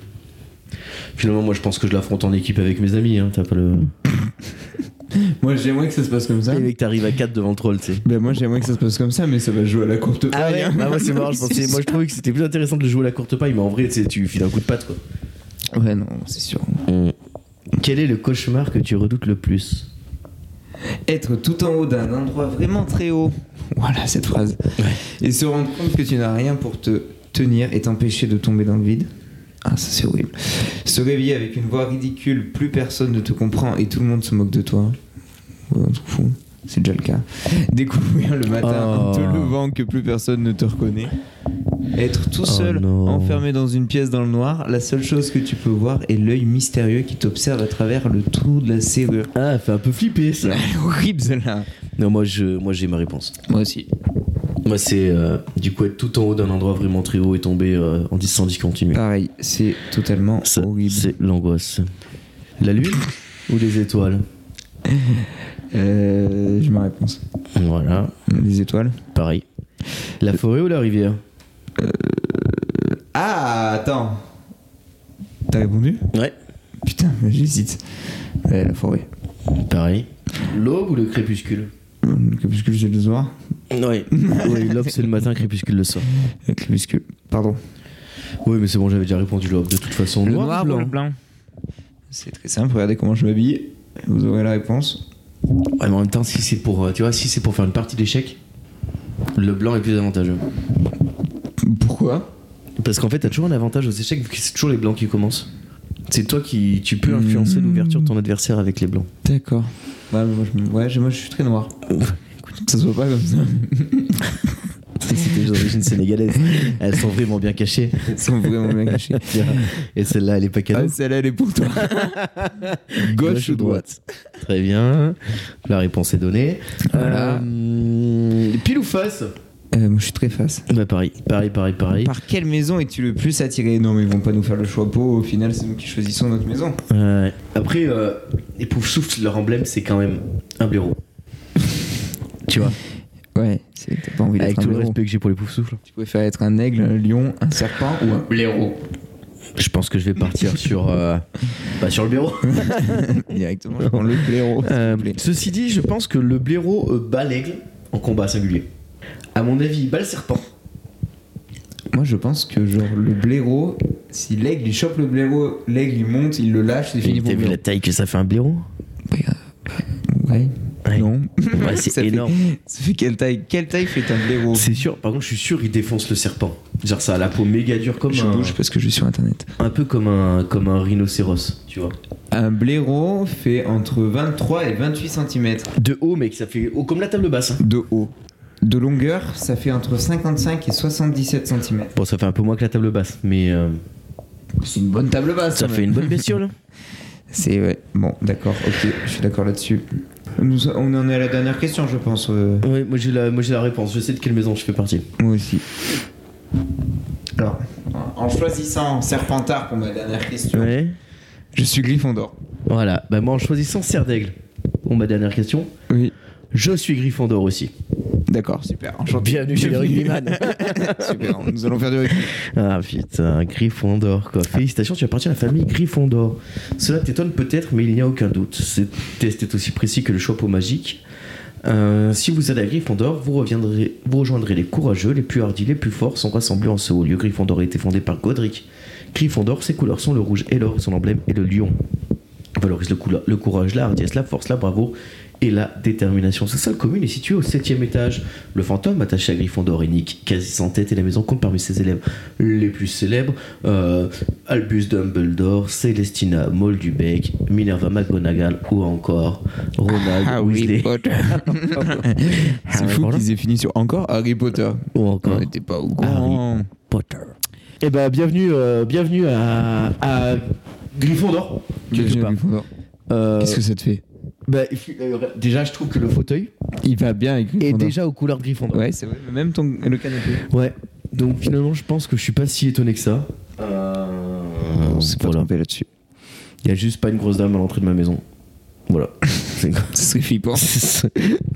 A: Finalement, moi, je pense que je l'affronte en équipe avec mes amis. Hein. T'as pas le.
B: Moi j'aimerais que ça se passe comme ça.
A: Et mec, t'arrives à 4 devant le troll, tu sais.
B: Ben moi j'aimerais que ça se passe comme ça, mais ça va jouer à la courte
A: Ah ouais,
B: paille, hein.
A: bah moi c'est marrant, je [laughs] pensais, moi je trouvais que c'était plus intéressant de le jouer à la courte paille, mais en vrai tu sais, tu files un coup de patte quoi.
B: Ouais, non, c'est sûr.
A: Mm. Quel est le cauchemar que tu redoutes le plus
B: Être tout en haut d'un endroit vraiment très haut. [laughs] Voilà cette phrase. Et se rendre compte que tu n'as rien pour te tenir et t'empêcher de tomber dans le vide. Ah, ça c'est horrible. Se réveiller avec une voix ridicule, plus personne ne te comprend et tout le monde se moque de toi. Ouais, on s'en fout. c'est déjà le cas. Découvrir le matin
C: Oh.
B: en te levant que plus personne ne te reconnaît. Être tout
C: Oh
B: seul,
C: non.
B: enfermé dans une pièce dans le noir, la seule chose que tu peux voir est l'œil mystérieux qui t'observe à travers le trou de la serrure.
C: [laughs]
A: Ah, fait un peu flipper ça.
B: Horrible celle-là.
A: Non, moi je, moi j'ai ma réponse.
B: Moi aussi.
A: Moi c'est euh, du coup être tout en haut d'un endroit vraiment très haut et tomber euh, en descendant continue.
B: Pareil, c'est totalement
A: Ça,
B: horrible.
A: c'est l'angoisse. La lune ou les étoiles
B: Euh, J'ai ma réponse.
A: Voilà,
B: Les étoiles.
A: pareil. La forêt ou la rivière
B: Ah, attends. T'as répondu
A: Ouais,
B: Putain, mais j'hésite. Euh, la forêt.
A: pareil. L'aube ou le crépuscule
B: Le crépuscule, j'ai le soir.
A: Ouais, l'aube c'est le matin, crépuscule le soir.
B: Le crépuscule. Pardon.
A: Oui, mais c'est bon, j'avais déjà répondu l'aube de toute façon.
B: Le noir ou le
C: blanc
B: C'est très simple, regardez comment je m'habille. Vous aurez la réponse.
A: Ouais, mais en même temps, si c'est pour, euh, tu vois, si c'est pour faire une partie d'échecs, le blanc est plus avantageux.
B: Pourquoi
A: Parce qu'en fait, t'as toujours un avantage aux échecs vu que c'est toujours les blancs qui commencent. C'est toi qui, tu peux influencer l'ouverture de ton adversaire avec les [laughs] blancs.
B: D'accord. Ouais, mais Bah, moi, je, me- ouais, je- moi je suis très noir. ça se voit pas comme [laughs] ça.
A: C'était les origines sénégalaises. Elles sont vraiment bien cachées.
B: Ils sont vraiment bien cachés.
A: Et celle-là, elle est pas cadeau.
B: Ah, celle-là, elle est pour toi. [laughs] Gauche ou droite
A: Très bien. La réponse est donnée.
B: Voilà.
A: Euh, pile ou face
B: Euh, Moi je suis très face.
A: Bah pareil, pareil, pareil, pareil.
B: Par quelle maison es-tu le plus attiré Non, mais ils vont pas nous faire le choix peau. Au final, c'est nous qui choisissons notre maison.
A: Ouais. Après, euh, les poufs souffles, leur emblème, c'est quand même un blaireau. tu vois,
B: Ouais, c'est t'as pas envie
A: avec
B: d'être un
A: tout le
B: blaireau.
A: respect que j'ai pour les poufs souffles.
B: Tu préfères être un aigle, un lion, un serpent ou un blaireau
A: Je pense que je vais [laughs] partir sur, euh, bah, sur le [laughs] blaireau.
B: [laughs] Directement, je prends [laughs] le blaireau. s'il vous plaît.
A: Euh, Ceci dit, je pense que le blaireau euh, bat l'aigle en combat singulier. À mon avis, il bat le serpent.
B: Moi, je pense que genre le blaireau, si l'aigle il chope le blaireau, l'aigle il monte, il le lâche, c'est fini pour le blaireau.
A: taille que ça fait un blaireau
B: Ouais.
A: Ouais.
B: Non. [laughs]
A: Ouais, [laughs] c'est
B: Ça fait-
A: énorme.
B: [laughs] ça fait quelle taille Quelle taille fait un blaireau
A: C'est sûr, par contre, je suis sûr, il défonce le serpent. Genre, ça a la peau méga dure comme
B: Je
A: un.
B: bouge parce que je suis sur internet.
A: Un peu comme un, comme un rhinocéros, tu vois.
B: Un blaireau fait entre 23 et 28 cm
A: De haut, mec, ça fait haut comme la table basse. hein.
B: de haut. De longueur, ça fait entre 55 et 77 cm.
A: Bon, ça fait un peu moins que la table basse, mais euh,
B: C'est une bonne table basse.
A: ça
B: quand
A: fait
B: même.
A: une bonne [laughs] bestiole.
B: [laughs] C'est ouais. Bon, d'accord, ok, je suis d'accord là-dessus. Nous- on en est à la dernière question, je pense. euh,
A: ouais, moi j'ai la, moi, j'ai la réponse, je sais de quelle maison je fais partie.
B: Moi aussi. Alors, en choisissant Serpentard pour ma dernière question,
A: Ouais.
B: je suis Gryffondor.
A: Voilà, bah moi en choisissant Serre d'Aigle. Bon, ma dernière question.
B: Oui.
A: Je suis Gryffondor aussi.
B: D'accord, super. Enchanté.
A: Bienvenue chez les
B: [laughs]
A: rugbyman.
B: super, nous allons faire du rugby.
A: Ah putain, Gryffondor quoi. Félicitations, tu appartiens à la famille Gryffondor. Cela t'étonne peut-être, mais il n'y a aucun doute. Ce test est aussi précis que le chapeau magique. Euh, si vous allez à Gryffondor, vous, reviendrez, vous rejoindrez les courageux, les plus hardis, les plus forts sont rassemblés en ce haut lieu. Gryffondor a été fondé par Godric. Gryffondor, ses couleurs sont le rouge et l'or, son emblème est le lion. Il Valorise le, coula- le courage, la hardiesse, la force, la bravoure et la détermination. Sa salle commune est située au septième étage. Le fantôme attaché à Gryffondor est Nick, quasi sans tête, et la maison compte parmi ses élèves les plus célèbres euh, Albus Dumbledore, Celestina Moldubec, Minerva McGonagall ou encore Ronald
B: Ah
A: Weasley.
B: Potter. C'est
A: Ah [laughs] Harry
B: fou
A: Potter. Hein
B: qu'ils aient fini sur encore Harry Potter.
A: Ou encore
B: On n'était pas au
A: Ah
B: courant.
A: Potter. Eh ben, bienvenue, euh, bienvenue à, à Gryffondor.
B: Bienvenue
A: quelque
B: à
A: part.
B: Gryffondor.
A: Euh,
B: Qu'est-ce que ça te fait
A: bah, euh, déjà, je trouve que le fauteuil
B: Il va bien avec
A: est
B: Gryffondor.
A: déjà aux couleurs de Gryffondor.
B: Ouais, c'est vrai. Même ton le canapé.
A: Ouais. Donc finalement, je pense que je suis pas si étonné que ça.
B: On s'est pas
A: voilà.
B: trompé là-dessus.
A: Il y a juste pas une grosse dame à l'entrée de ma maison.
B: [laughs]
A: Voilà. C'est
B: Ce serait flippant. Oh,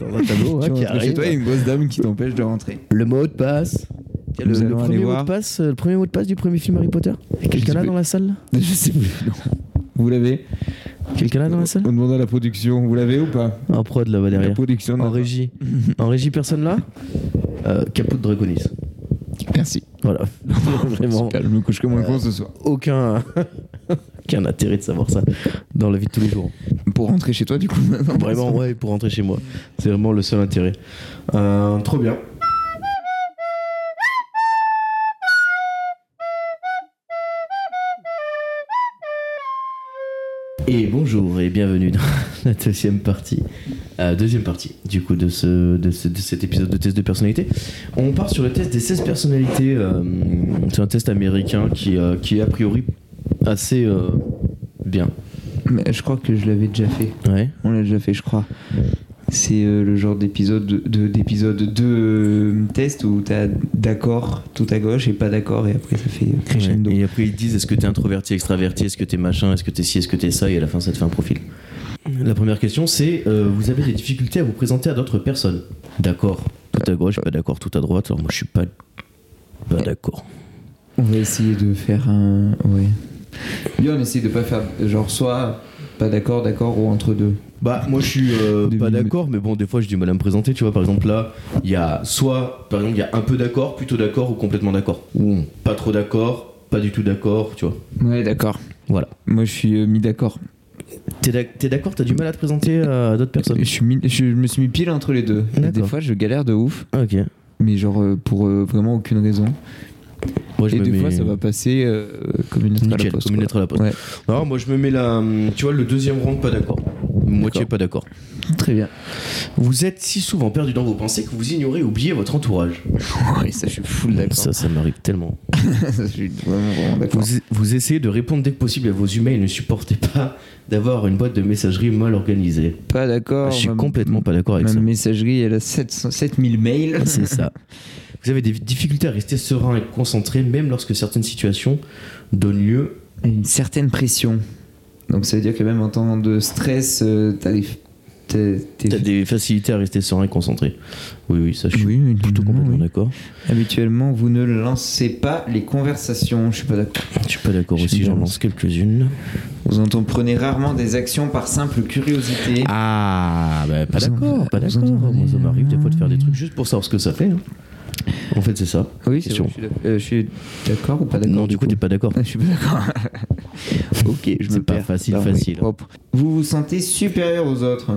A: dans un tableau hein,
B: Tu
A: qui
B: rentres chez
A: arrive.
B: toi, il y a une grosse dame qui t'empêche de rentrer.
A: Le mot de passe. Il y a
B: Nous
A: Le, le
B: allons aller
A: premier mot
B: voir.
A: de passe, euh, le premier mot de passe du premier film Harry Potter. Quelqu'un
B: sais
A: là
B: plus.
A: dans la salle
B: [laughs] Je sais plus. non. Vous l'avez
A: Quelqu'un là dans la salle
B: On demande à la production. Vous l'avez ou pas
A: En prod là-bas
B: La
A: derrière.
B: production. n'a
A: En
B: pas.
A: [laughs] régie. en régie, personne là euh, Capot de Draconis.
B: Merci. Euh,
A: Voilà. [laughs] Vraiment.
B: Super, je me couche comme un con ce soir.
A: Aucun, [laughs] aucun intérêt de savoir ça dans la vie de tous les jours.
B: Pour rentrer chez toi, du coup.
A: Vraiment, ouais, pour rentrer chez moi. C'est vraiment le seul intérêt. Euh, trop bien. Et bonjour et bienvenue dans [laughs] la deuxième partie, euh, deuxième partie du coup de, ce, de, ce- de cet épisode de test de personnalité. On part sur le test des 16 personnalités. euh, c'est un test américain qui, euh, qui est a priori assez euh, bien.
B: Mais je crois que je l'avais déjà fait.
A: Ouais.
B: On l'a déjà fait, je crois. C'est euh, le genre d'épisode de, de- d'épisode de euh, test où t'as d'accord tout à gauche et pas d'accord et après ça fait euh, crescendo.
A: Et après ils disent est-ce que t'es introverti, extraverti, est-ce que t'es machin, est-ce que t'es ci, est-ce que t'es ça, et à la fin ça te fait un profil. La première question c'est euh, vous avez des difficultés à vous présenter à d'autres personnes. D'accord, tout à gauche, pas d'accord, tout à droite. Alors moi je suis pas, pas d'accord.
B: On va essayer de faire un. Ouais. Bien, on essaie de pas faire genre soit pas d'accord, d'accord ou entre deux.
A: Bah moi je suis euh,
B: Des
A: pas
B: minutes.
A: d'accord, mais bon des fois j'ai du mal à me présenter. Tu vois par exemple là il y a soit par exemple il y a un peu d'accord, plutôt d'accord ou complètement d'accord. Ou pas trop d'accord, pas du tout d'accord, tu vois.
B: Ouais, d'accord.
A: Voilà.
B: Moi, je suis euh, mis d'accord.
A: T'es d'ac- t'es d'accord, t'as du mal à te présenter euh, à d'autres personnes.
B: Je, suis mis- je me suis mis pile entre les deux. Et des
A: D'accord.
B: fois, je galère de ouf,
A: [laughs] Ok.
B: mais genre euh, pour euh, vraiment aucune raison.
A: Moi, je
B: Et
A: me
B: des
A: mets-
B: fois, ça va passer euh, comme une lettre à la
A: Nickel,
B: poste.
A: comme une
B: quoi.
A: lettre à la poste.
B: Ouais.
A: Non, moi je me mets la. Tu vois, le deuxième rang, pas d'accord. Moitié
B: D'accord.
A: pas d'accord.
B: Très [laughs] bien.
A: Vous êtes si souvent perdu dans vos pensées que vous ignorez ou oubliez votre entourage.
B: Oui, ça, je suis full d'accord.
A: Ça, ça m'arrive tellement.
B: [laughs] je suis vraiment, vraiment d'accord.
A: Vous, vous essayez de répondre dès que possible à vos humains et ne supportez pas d'avoir une boîte de messagerie mal organisée.
B: Pas d'accord.
A: Ah, je suis
B: ma-
A: complètement pas d'accord avec
B: Ma [laughs]
A: ça. Ah,
B: messagerie, elle a 700 7000 mails.
A: C'est ça. Vous avez des difficultés à rester serein et concentré, même lorsque certaines situations donnent lieu.
B: Et Une certaine pression. Donc ça veut dire que même en temps de stress, euh, t'as des. T'as t'es-
A: T'as des facilités à rester serein et concentré. Oui, oui, ça, je suis
B: Oui, oui,
A: plutôt
B: non,
A: complètement
B: oui.
A: d'accord.
B: Habituellement, vous ne lancez pas les conversations. Je suis pas d'accord.
A: Je suis pas d'accord
B: Je suis
A: aussi, j'en
B: bien.
A: lance quelques-unes.
B: Vous entreprenez rarement des actions par simple curiosité.
A: Ah, bah, pas
B: Vous en-
A: d'accord, pas
B: vous en
A: d'accord. Moi, ça
B: donnez-
A: m'arrive des fois de faire des trucs juste pour savoir ce que ça fait. hein. En fait, c'est ça.
B: oui, c'est
A: question.
B: sûr. Je suis d'ac- euh, je suis d'accord ou pas d'accord Ah,
A: Non, du coup, t'es pas d'accord.
B: Je suis pas d'accord.
A: [laughs]
B: ok, je
A: C'est
B: me
A: pas
B: perds.
A: facile,
B: oui.
A: facile.
B: Hop. Vous vous sentez supérieur aux autres.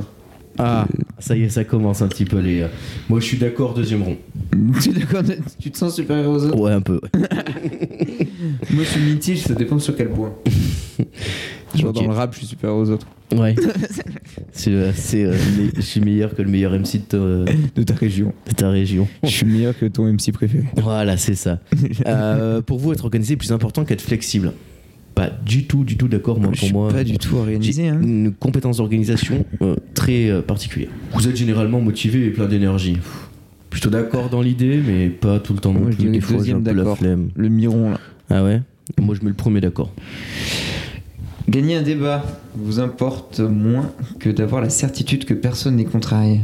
A: Ah, ça y est, ça commence un petit peu les. euh, Moi, je suis d'accord, deuxième rond.
B: tu, es d'accord de- tu te sens supérieur aux autres
A: Ouais, un peu. ouais.
B: Moi, je suis mitige, ça dépend sur quel point. Genre
A: Ok.
B: dans le rap, [laughs] je suis supérieur aux autres.
A: Ouais. [laughs] c'est, euh, c'est, euh, mais je suis meilleur que le meilleur MC de ta, de
B: De ta région.
A: ta région.
B: Je suis meilleur que ton MC préféré.
A: Voilà, c'est ça. Euh, pour vous, être organisé est plus important qu'être flexible. Pas du tout, du tout d'accord, moi,
B: je
A: pour
B: suis
A: moi. euh,
B: pas du tout organisé.
A: J'ai
B: Hein.
A: une compétence d'organisation euh, très euh, particulière. Vous êtes généralement motivé et plein d'énergie. Pff, Plutôt d'accord dans l'idée, mais pas tout le temps. non
B: Moi, je
A: plus.
B: dirais
A: Des fois, j'ai
B: deuxième
A: un peu la
B: d'accord.
A: flemme.
B: Le miron, là.
A: Ah ouais Moi, je mets le premier d'accord.
B: Gagner un débat vous importe moins que d'avoir la certitude que personne n'est contrarié.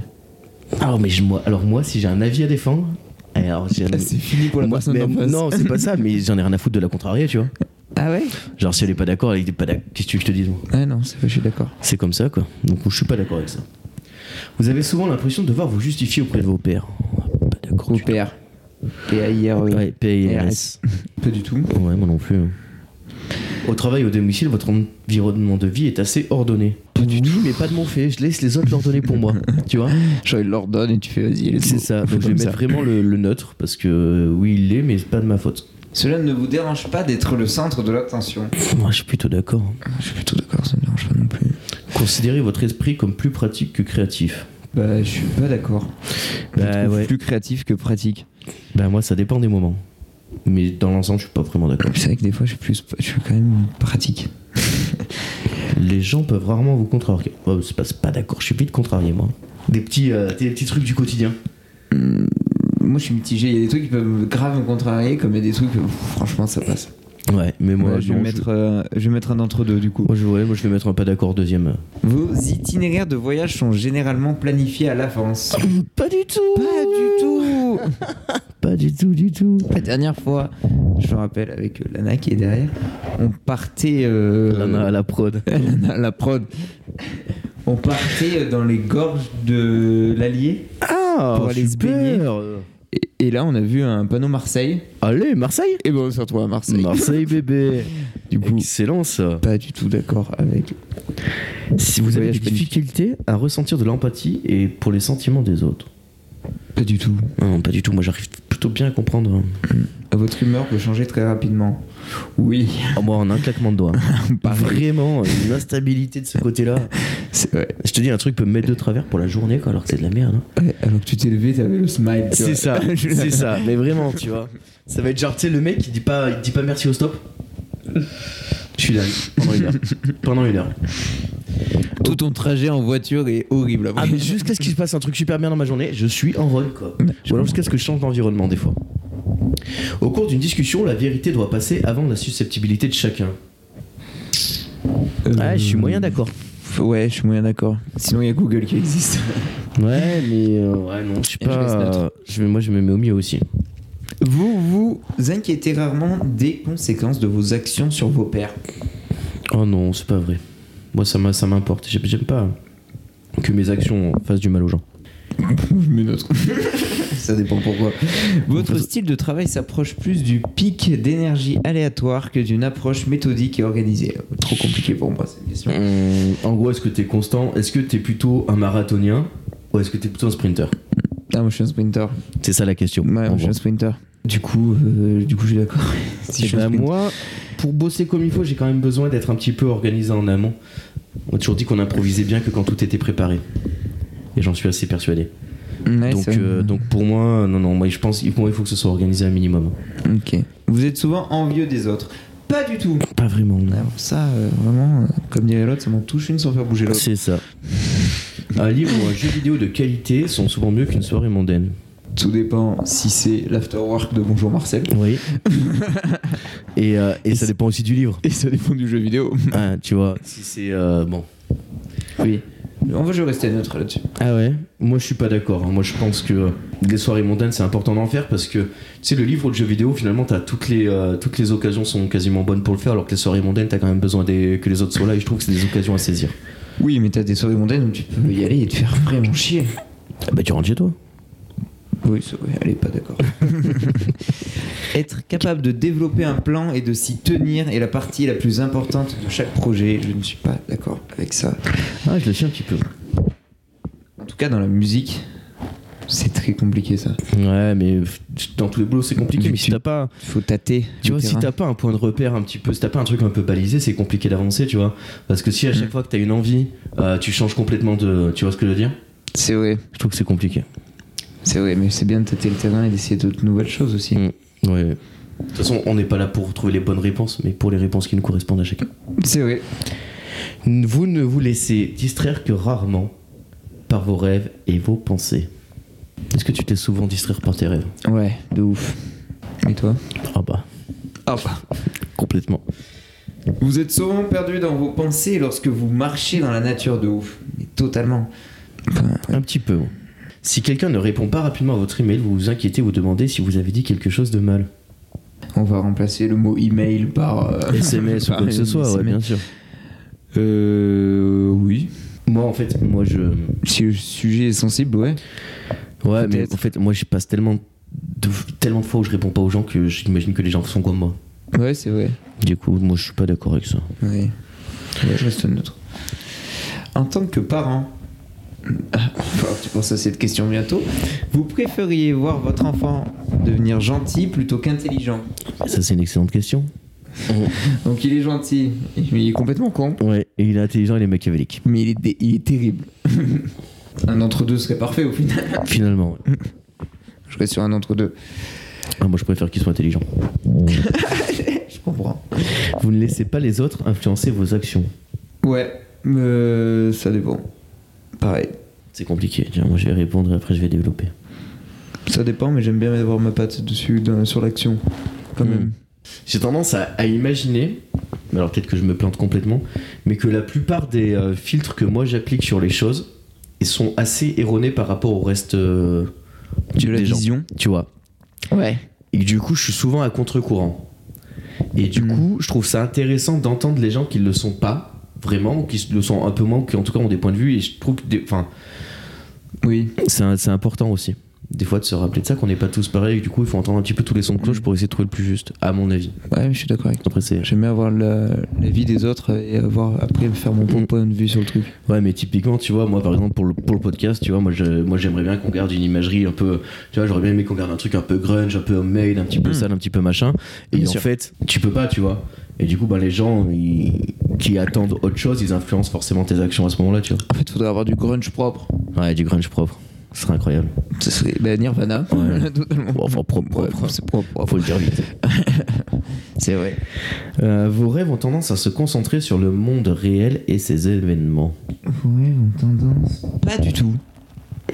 A: Alors, mais je, moi, alors moi, si j'ai un avis à défendre, eh, alors j'ai
B: fini Ah, pour
A: Moi, mais- non, c'est pas ça, mais j'en ai rien à foutre de la contrarier, tu vois.
B: Ah ouais
A: Genre, si elle est pas d'accord, elle est pas d'accord. Qu'est-ce que tu veux que je te dise moi
B: Ah non, c'est pas, je suis d'accord.
A: C'est comme ça, quoi. Donc, je suis pas d'accord avec ça. Vous avez souvent l'impression de devoir vous justifier auprès de vos pairs. Ah, Pas d'accord.
B: Au
A: du tout.
B: père. PAIR, oui.
A: Ouais, PIRS.
B: E. Pas du tout.
A: Ouais, moi non plus. hein. Au travail, au domicile, votre environnement de vie est assez ordonné. Pas du tout. Mais pas de mon fait, je laisse les autres l'ordonner pour [laughs] moi. Tu vois
B: Genre, il l'ordonne et tu fais vas-y, il est
A: C'est
B: tout.
A: ça. Donc je vais
B: Comme ça.
A: mettre vraiment le, le neutre parce que euh, oui, il l'est, mais c'est pas de ma faute.
B: Cela ne vous dérange pas d'être le centre de l'attention.
A: Moi, je suis plutôt d'accord.
B: Je suis plutôt d'accord, ça me dérange pas non plus.
A: Considérez votre esprit comme plus pratique que créatif.
B: Bah, je suis pas d'accord. Je
A: Bah,
B: le trouve
A: ouais.
B: plus créatif que pratique.
A: Ben, moi, ça dépend des moments. Mais dans l'ensemble, je suis pas vraiment d'accord.
B: C'est vrai que des fois, je suis plus, je suis quand même pratique.
A: Les gens peuvent rarement vous contrarier. Ouais, c'est pas, c'est pas d'accord, je suis vite contrarié, moi. Des petits, euh, des petits trucs du quotidien.
B: Moi, je suis mitigé. Il y a des trucs qui peuvent grave me contrarier, comme il y a des trucs, que, pff, franchement, ça passe.
A: Ouais, mais moi,
B: Ouais, je, vais
A: non,
B: mettre, euh, je vais mettre un entre deux, du coup.
A: Moi je, ouais, moi je vais mettre un pas d'accord deuxième. euh.
B: Vos itinéraires de voyage sont généralement planifiés à l'avance.
A: Pas du tout
B: Pas du tout
A: Pas du tout, du tout
B: La dernière fois, je me rappelle, avec euh, Lana qui est derrière, on partait... euh,
A: Lana à la prod.
B: Lana à la prod. On partait euh, dans les gorges de l'Allier.
A: Ah
B: Pour aller se baigner. Et, et là, on a vu un panneau Marseille.
A: Allez, Marseille
B: Et bon, on se retrouve à Marseille.
A: Marseille bébé
B: du coup,
A: Excellent ça
B: pas du tout d'accord avec...
A: Si vous avez des
B: Voyage planifié.
A: difficultés à ressentir de l'empathie et pour les sentiments des autres.
B: Pas du tout.
A: Non, pas du tout, moi j'arrive plutôt bien à comprendre.
B: votre humeur peut changer très rapidement. Oui, [laughs]
A: Oh, moi, en un claquement de [laughs] doigts.
B: pareil.
A: Vraiment, une instabilité de ce côté-là.
B: C'est vrai.
A: Je te dis, un truc peut me mettre de travers pour la journée, quoi, alors que c'est de la merde. hein.
B: Ouais, Alors que tu t'es levé, t'avais le smile. tu vois.
A: C'est [laughs]
B: [laughs]
A: ça,
B: Je-
A: c'est ça. Mais vraiment, tu vois. Ça va être genre, tu sais, le mec, il dit pas, il dit pas merci au stop. Je suis là pendant [laughs] une heure. Pendant une heure.
B: Tout ton trajet en voiture est horrible. à
A: Ah,
B: voir.
A: mais jusqu'à ce qu'il se passe un truc super bien dans ma journée, je suis en run, quoi. Ou alors jusqu'à ce que je change d'environnement, des fois. Au cours d'une discussion, la vérité doit passer avant la susceptibilité de chacun.
B: Euh,
A: Ouais, je suis moyen d'accord.
B: Ouais, je suis moyen d'accord. Sinon, il y a Google qui existe.
A: Ouais, mais euh, ouais, non, je suis
B: Et je reste
A: pas.
B: neutre.
A: euh, je vais- moi, je me mets au milieu aussi.
B: Vous vous inquiétez rarement des conséquences de vos actions sur vos pairs.
A: Oh non, c'est pas vrai. Moi, ça m'a- ça m'importe. J'aime j'aime pas que mes actions fassent du mal aux gens.
B: Mais notre. [laughs] Ça dépend pourquoi. Votre style de travail s'approche plus du pic d'énergie aléatoire que d'une approche méthodique et organisée. Trop compliqué pour moi cette question.
A: Hum, en gros, est-ce que t'es constant Est-ce que t'es plutôt un marathonien ou est-ce que t'es plutôt un sprinter
B: Ah, moi je suis un sprinter.
A: C'est ça la question.
B: Ouais, moi je suis un sprinter. Du coup, euh, du coup, je suis d'accord.
A: [laughs]
B: Si je suis un sprinter.
A: Bah, moi, pour bosser comme il faut, j'ai quand même besoin d'être un petit peu organisé en amont. On a toujours dit qu'on improvisait bien que quand tout était préparé. Et j'en suis assez persuadé.
B: Ouais,
A: donc,
B: c'est vrai.
A: euh, donc pour moi, non, non, moi je pense il faut, il faut que ce soit organisé un minimum.
B: Ok. Vous êtes souvent envieux des autres. Pas du tout.
A: Pas vraiment.
B: Ah, bon, ça, euh, vraiment, euh, comme dirait l'autre, ça m'en touche une sans faire bouger l'autre.
A: C'est ça. Un livre ou un jeu vidéo de qualité sont souvent mieux qu'une soirée mondaine.
B: Tout dépend si c'est l'afterwork de Bonjour Marcel.
A: Oui. et euh, et ça dépend aussi du livre.
B: Et ça dépend du jeu vidéo.
A: Ah, tu vois, si c'est euh, bon.
B: Oui. En vrai, je vais rester neutre là-dessus.
A: Ah ouais Moi je suis pas d'accord. hein. Moi je pense que euh, les soirées mondaines c'est important d'en faire parce que tu sais le livre ou le jeu vidéo finalement t'as toutes les euh, toutes les occasions sont quasiment bonnes pour le faire alors que les soirées mondaines t'as quand même besoin des, que les autres soient là et je trouve que c'est des occasions à saisir.
B: Oui, mais t'as des soirées mondaines où tu peux y aller et te faire vraiment chier.
A: bah tu rentres chez toi.
B: Oui, c'est vrai, elle est pas d'accord. [laughs] Être capable de développer un plan et de s'y tenir est la partie la plus importante de chaque projet. Je ne suis pas d'accord avec ça.
A: Ah je le suis un petit peu.
B: En tout cas, dans la musique, c'est très compliqué ça.
A: Ouais mais pff, dans tous les boulots c'est compliqué
B: Mais
A: mais si
B: tu-
A: t'as pas
B: Faut tâter.
A: Tu
B: le
A: vois, si
B: terrain.
A: t'as pas un point de repère un petit peu, si t'as pas un truc un peu balisé, c'est compliqué d'avancer, tu vois. Parce que si à chaque fois que t'as une envie, euh, tu changes complètement de. Tu vois ce que je veux dire
B: C'est vrai,
A: Je trouve que c'est compliqué.
B: c'est vrai, mais c'est bien de tâter le terrain et d'essayer d'autres nouvelles choses aussi.
A: Mm. Ouais. De toute façon, on n'est pas là pour trouver les bonnes réponses, mais pour les réponses qui nous correspondent à chacun.
B: C'est vrai.
A: Vous ne vous laissez distraire que rarement par vos rêves et vos pensées. Est-ce que tu t'es souvent distraire par tes rêves
B: Ouais, de ouf. Et toi
A: Ah bah,
B: Hop.
A: complètement.
B: Vous êtes souvent perdu dans vos pensées lorsque vous marchez dans la nature de ouf. Mais totalement. Enfin,
A: Un petit peu. ouais. Si quelqu'un ne répond pas rapidement à votre email, vous vous inquiétez, vous demandez si vous avez dit quelque chose de [laughs] mal.
B: on va remplacer le mot email par. euh,
A: SMS ou
B: par
A: quoi que ce soit, ouais,
B: SMS.
A: bien sûr.
B: Euh. Oui.
A: Moi, en fait, moi, je.
B: Si le sujet est sensible, ouais.
A: Ouais, mais
B: Peut-être.
A: en fait, moi, je passe tellement de, tellement de fois où je réponds pas aux gens que j'imagine que les gens sont comme moi.
B: Ouais, c'est vrai.
A: Du coup, moi, je suis pas d'accord avec ça.
B: Ouais. Ouais, je reste neutre. En tant que parent, Ah, alors, tu penses à cette question bientôt, vous préfériez voir votre enfant devenir gentil plutôt qu'intelligent
A: Ça, c'est une excellente question.
B: Donc il est gentil, mais il est complètement con.
A: Ouais, et il est intelligent, il est machiavélique.
B: Mais il est, dé- il est [laughs] terrible. un entre-deux serait parfait au final.
A: Finalement,
B: Mm.
A: ouais.
B: Je reste sur un entre-deux.
A: Ah, moi, je préfère qu'il soit intelligent.
B: Je comprends.
A: Vous ne laissez pas les autres influencer vos actions.
B: Ouais, mais ça dépend. Pareil.
A: C'est compliqué. Tiens, moi, je vais répondre et après, je vais développer.
B: Ça dépend, mais j'aime bien avoir ma patte dessus, dans- sur l'action. Quand même.
A: J'ai tendance à, à imaginer, mais alors peut-être que je me plante complètement, mais que la plupart des euh, filtres que moi j'applique sur les choses ils sont assez erronés par rapport au reste euh,
B: Tu as la
A: des gens,
B: vision.
A: tu vois.
B: Ouais.
A: Et que du coup, je suis souvent à contre-courant. Et du
B: Mm.
A: coup, je trouve ça intéressant d'entendre les gens qui ne le sont pas vraiment, ou qui le sont un peu moins, ou qui en tout cas ont des points de vue, et je trouve que des- enfin,
B: Oui.
A: c'est un- c'est important aussi des fois de se rappeler de ça qu'on n'est pas tous pareils et que du coup il faut entendre un petit peu tous les sons de cloche pour essayer de trouver le plus juste à mon avis
B: Ouais, je suis d'accord avec toi.
A: après c'est
B: J'aimais avoir la, la vie des autres et avoir après me faire mon propre point de vue sur le truc.
A: ouais mais typiquement tu vois moi par exemple pour le, pour le podcast tu vois moi je- moi j'aimerais bien qu'on garde une imagerie un peu tu vois j'aurais bien aimé qu'on garde un truc un peu grunge un peu homemade un petit peu
B: Mm.
A: sale un petit peu machin et
D: Bien
A: en
D: sûr.
A: fait tu peux pas tu vois et du coup bah, les gens ils- qui attendent autre chose ils influencent forcément tes actions à ce moment là tu vois
B: En fait, faudrait avoir du grunge propre.
A: ouais du grunge propre ce serait incroyable
B: Ce serait bah, Nirvana.
A: Ouais.
B: [laughs] Totalement.
A: Bon, enfin, propre,
B: Ouais,
A: propre.
B: C'est propre. propre.
A: faut le dire vite
B: C'est vrai.
A: Euh, vos rêves ont tendance à se concentrer sur le monde réel et ses événements.
B: Ouais, on tendance. Pas du tout.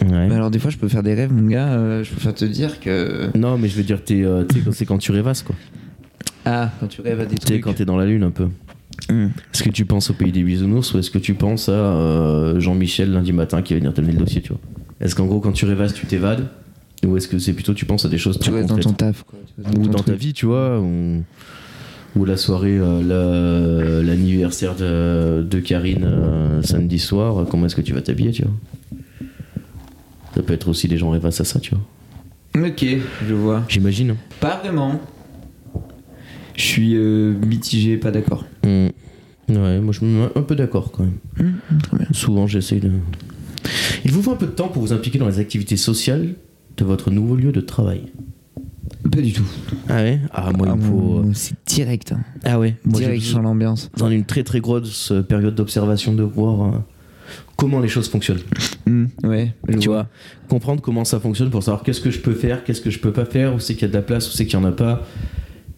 A: Ouais.
B: Mais alors, des fois, je peux faire des rêves, mon gars. euh, je préfère te dire que.
A: non, mais je veux dire, t'es, euh, tu sais, quand- c'est quand tu rêvasses, quoi.
B: Ah, quand tu rêves à des
A: Tu sais,
B: trucs.
A: quand t'es dans la lune un peu.
B: Hmm.
A: Est-ce que tu penses au pays des bisounours ou est-ce que tu penses à euh, Jean-Michel lundi matin qui va venir te donner le dossier, tu vois Est-ce qu'en gros, quand tu rêvasses, tu t'évades Ou est-ce que c'est plutôt tu penses à des choses
B: Tu
A: très
B: restes dans
A: concrètes
B: ton taf, quoi. Tu restes
A: Ou
B: ton
A: dans ta
B: truc.
A: vie, tu vois Ou, ou la soirée, euh, la- l'anniversaire de, de Karine euh, samedi soir, comment est-ce que tu vas t'habiller, tu vois Ça peut être aussi des gens rêvassent à ça, tu vois
B: Ok, je vois.
A: J'imagine. hein.
B: Pas vraiment. Je suis euh, mitigé, pas d'accord.
A: Mm. Ouais, moi je suis un peu d'accord quand même. Souvent j'essaie de. Il vous faut un peu de temps pour vous impliquer dans les activités sociales de votre nouveau lieu de travail.
B: Pas du tout.
A: Ah ouais Ah moi
B: Ah,
A: il me faut.
B: moi, C'est direct. hein.
A: Ah ouais Moi j'ai
B: direct sur
A: besoin
B: l'ambiance.
A: dans une très très grosse euh, période d'observation de voir euh, comment les choses fonctionnent.
B: Hmm, Ouais, je
A: tu
B: vois.
A: vois, comprendre comment ça fonctionne pour savoir qu'est-ce que je peux faire, qu'est-ce que je peux pas faire, où c'est qu'il y a de la place, où c'est qu'il y en a pas,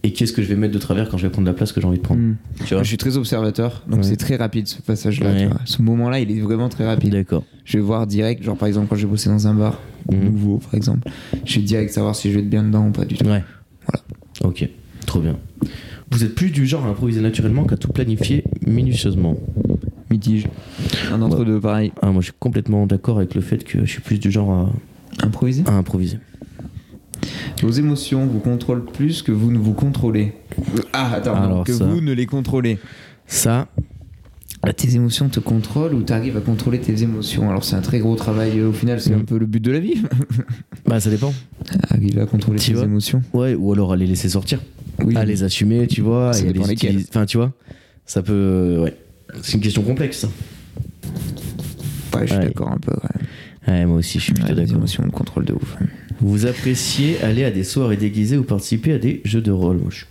A: et qu'est-ce que je vais mettre de travers quand je vais prendre la place que j'ai envie de prendre.
B: Mm.
A: Tu vois
B: Je suis très observateur, donc
A: Ouais.
B: c'est très rapide ce passage-là.
A: Ouais.
B: tu vois. Ce moment-là, il est vraiment très rapide.
A: D'accord.
B: Je vais voir direct, genre par exemple quand je vais bosser dans un bar,
A: Mhm.
B: nouveau par exemple, je vais direct savoir si je vais être bien dedans ou pas du tout.
A: Ouais. Ok, trop bien. Vous êtes plus du genre à improviser naturellement qu'à tout planifier minutieusement.
B: Mitige. Un entre-deux, pareil.
A: Ah, moi, je suis complètement d'accord avec le fait que je suis plus du genre
B: Improviser.
A: à, à improviser.
B: Vos émotions vous contrôlent plus que vous ne vous contrôlez. Ah, attends, non,
A: Alors
B: que
A: ça.
B: vous ne les contrôlez.
A: Ça,
B: Ah, Tes émotions te contrôlent ou t'arrives à contrôler tes émotions Alors c'est un très gros travail, euh, au final c'est
A: Mhm.
B: un peu le but de
A: [laughs]
B: la vie.
A: bah, ça dépend.
B: Arriver à contrôler
A: Tu
B: tes
A: vois
B: émotions.
A: Ouais, ou alors à les laisser sortir,
B: Oui.
A: à les assumer, tu vois,
B: Ça
A: et à
B: dépend
A: les
B: lesquelles.
A: utiliser. Enfin, tu vois, ça peut. Ouais. C'est une question complexe. ça.
B: Ouais, je suis
A: Ouais.
B: d'accord un peu. Ouais.
A: Ouais, moi aussi, je suis plutôt
B: Ouais, les
A: d'accord.
B: émotions, on le contrôle de ouf.
A: Vous appréciez aller à des soirées déguisées ou participer à des jeux de rôle Moi, je suis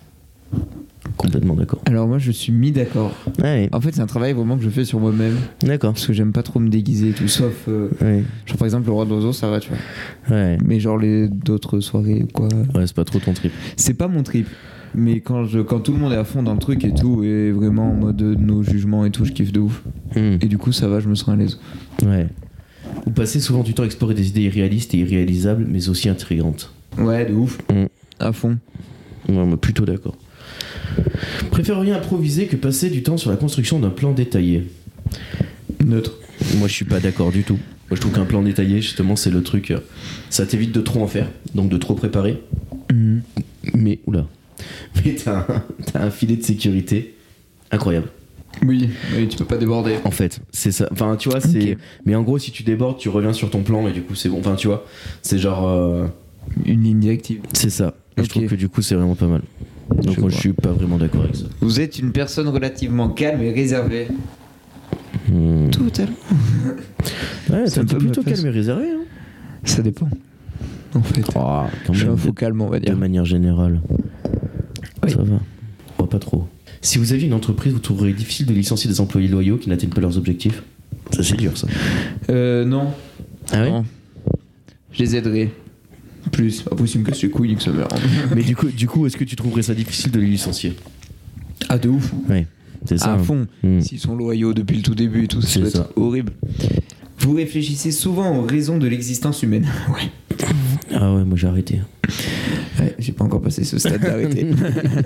A: complètement d'accord.
B: Alors moi je suis mis d'accord.
A: Ouais,
B: En fait c'est un travail vraiment que je fais sur moi-même
A: d'accord.
B: parce que j'aime pas trop me déguiser et tout sauf euh,
A: Ouais,
B: genre par exemple le roi de l'oiseau ça va tu vois.
A: ouais.
B: Mais genre les d'autres soirées ou quoi.
A: Ouais, c'est pas trop ton trip.
B: C'est pas mon trip. Mais quand je quand tout le monde est à fond dans le truc et tout et vraiment en mode euh, nos jugements et tout je kiffe de ouf.
A: Hmm.
B: Et du coup ça va je me sens à l'aise.
A: Ouais. Vous passez souvent du temps à explorer des idées irréalistes et irréalisables, mais aussi intrigantes.
B: Ouais de ouf.
A: Mm.
B: À fond.
A: Ouais, moi, plutôt d'accord. Préféreriez improviser que passer du temps sur la construction d'un plan détaillé
B: Neutre.
A: Moi, je suis pas d'accord du tout. Moi, je trouve qu'un plan détaillé, justement, c'est le truc. euh, Ça t'évite de trop en faire, donc de trop préparer.
B: Mhm.
A: Mais, oula. Mais t'as un, t'as un filet de sécurité incroyable.
B: Oui. Oui tu peux pas déborder.
A: En fait, c'est ça. Enfin, tu vois, c'est.
B: Ok.
A: Mais en gros, si tu débordes, tu reviens sur ton plan et du coup, c'est bon. Enfin, tu vois, c'est genre. euh,
B: Une ligne directive.
A: C'est ça. Et Je
B: Ok.
A: trouve que du coup, c'est vraiment pas mal. Donc,
B: Je
A: moi,
B: vois.
A: je suis pas vraiment d'accord avec ça.
B: Vous êtes une personne relativement calme et réservée.
A: Hmm.
B: Totalement.
A: Ouais,
B: C'est
A: toi, t'es
B: un peu ma
A: plutôt
B: place.
A: calme et réservé. Hein.
B: Ça dépend. En fait.
A: Ah, quand
B: Je suis
A: même,
B: un
A: de,
B: faux calme, on va
A: de
B: dire.
A: manière générale.
B: Oui.
A: Ça va. Oh, pas trop. Si vous aviez une entreprise, vous trouveriez difficile de licencier des employés loyaux qui n'atteignent pas leurs objectifs Ça, c'est dur, ça.
B: Euh, non.
A: Ah ouais
B: Non. Je les aiderai. Plus. Pas possible que ce couille que ça meurt.
A: Mais du coup, du coup est-ce que tu trouverais ça difficile de les licencier
B: [laughs] Ah, de ouf.
A: Ouais, c'est ça.
B: à fond.
A: Hmm.
B: S'ils sont loyaux depuis le tout début et tout, ça
A: C'est
B: doit
A: ça.
B: être horrible. Vous réfléchissez souvent aux raisons de l'existence humaine. [laughs] Ouais.
A: Ah ouais, moi, j'ai arrêté.
B: Ouais, j'ai pas encore passé ce
A: [laughs]
B: stade d'arrêter.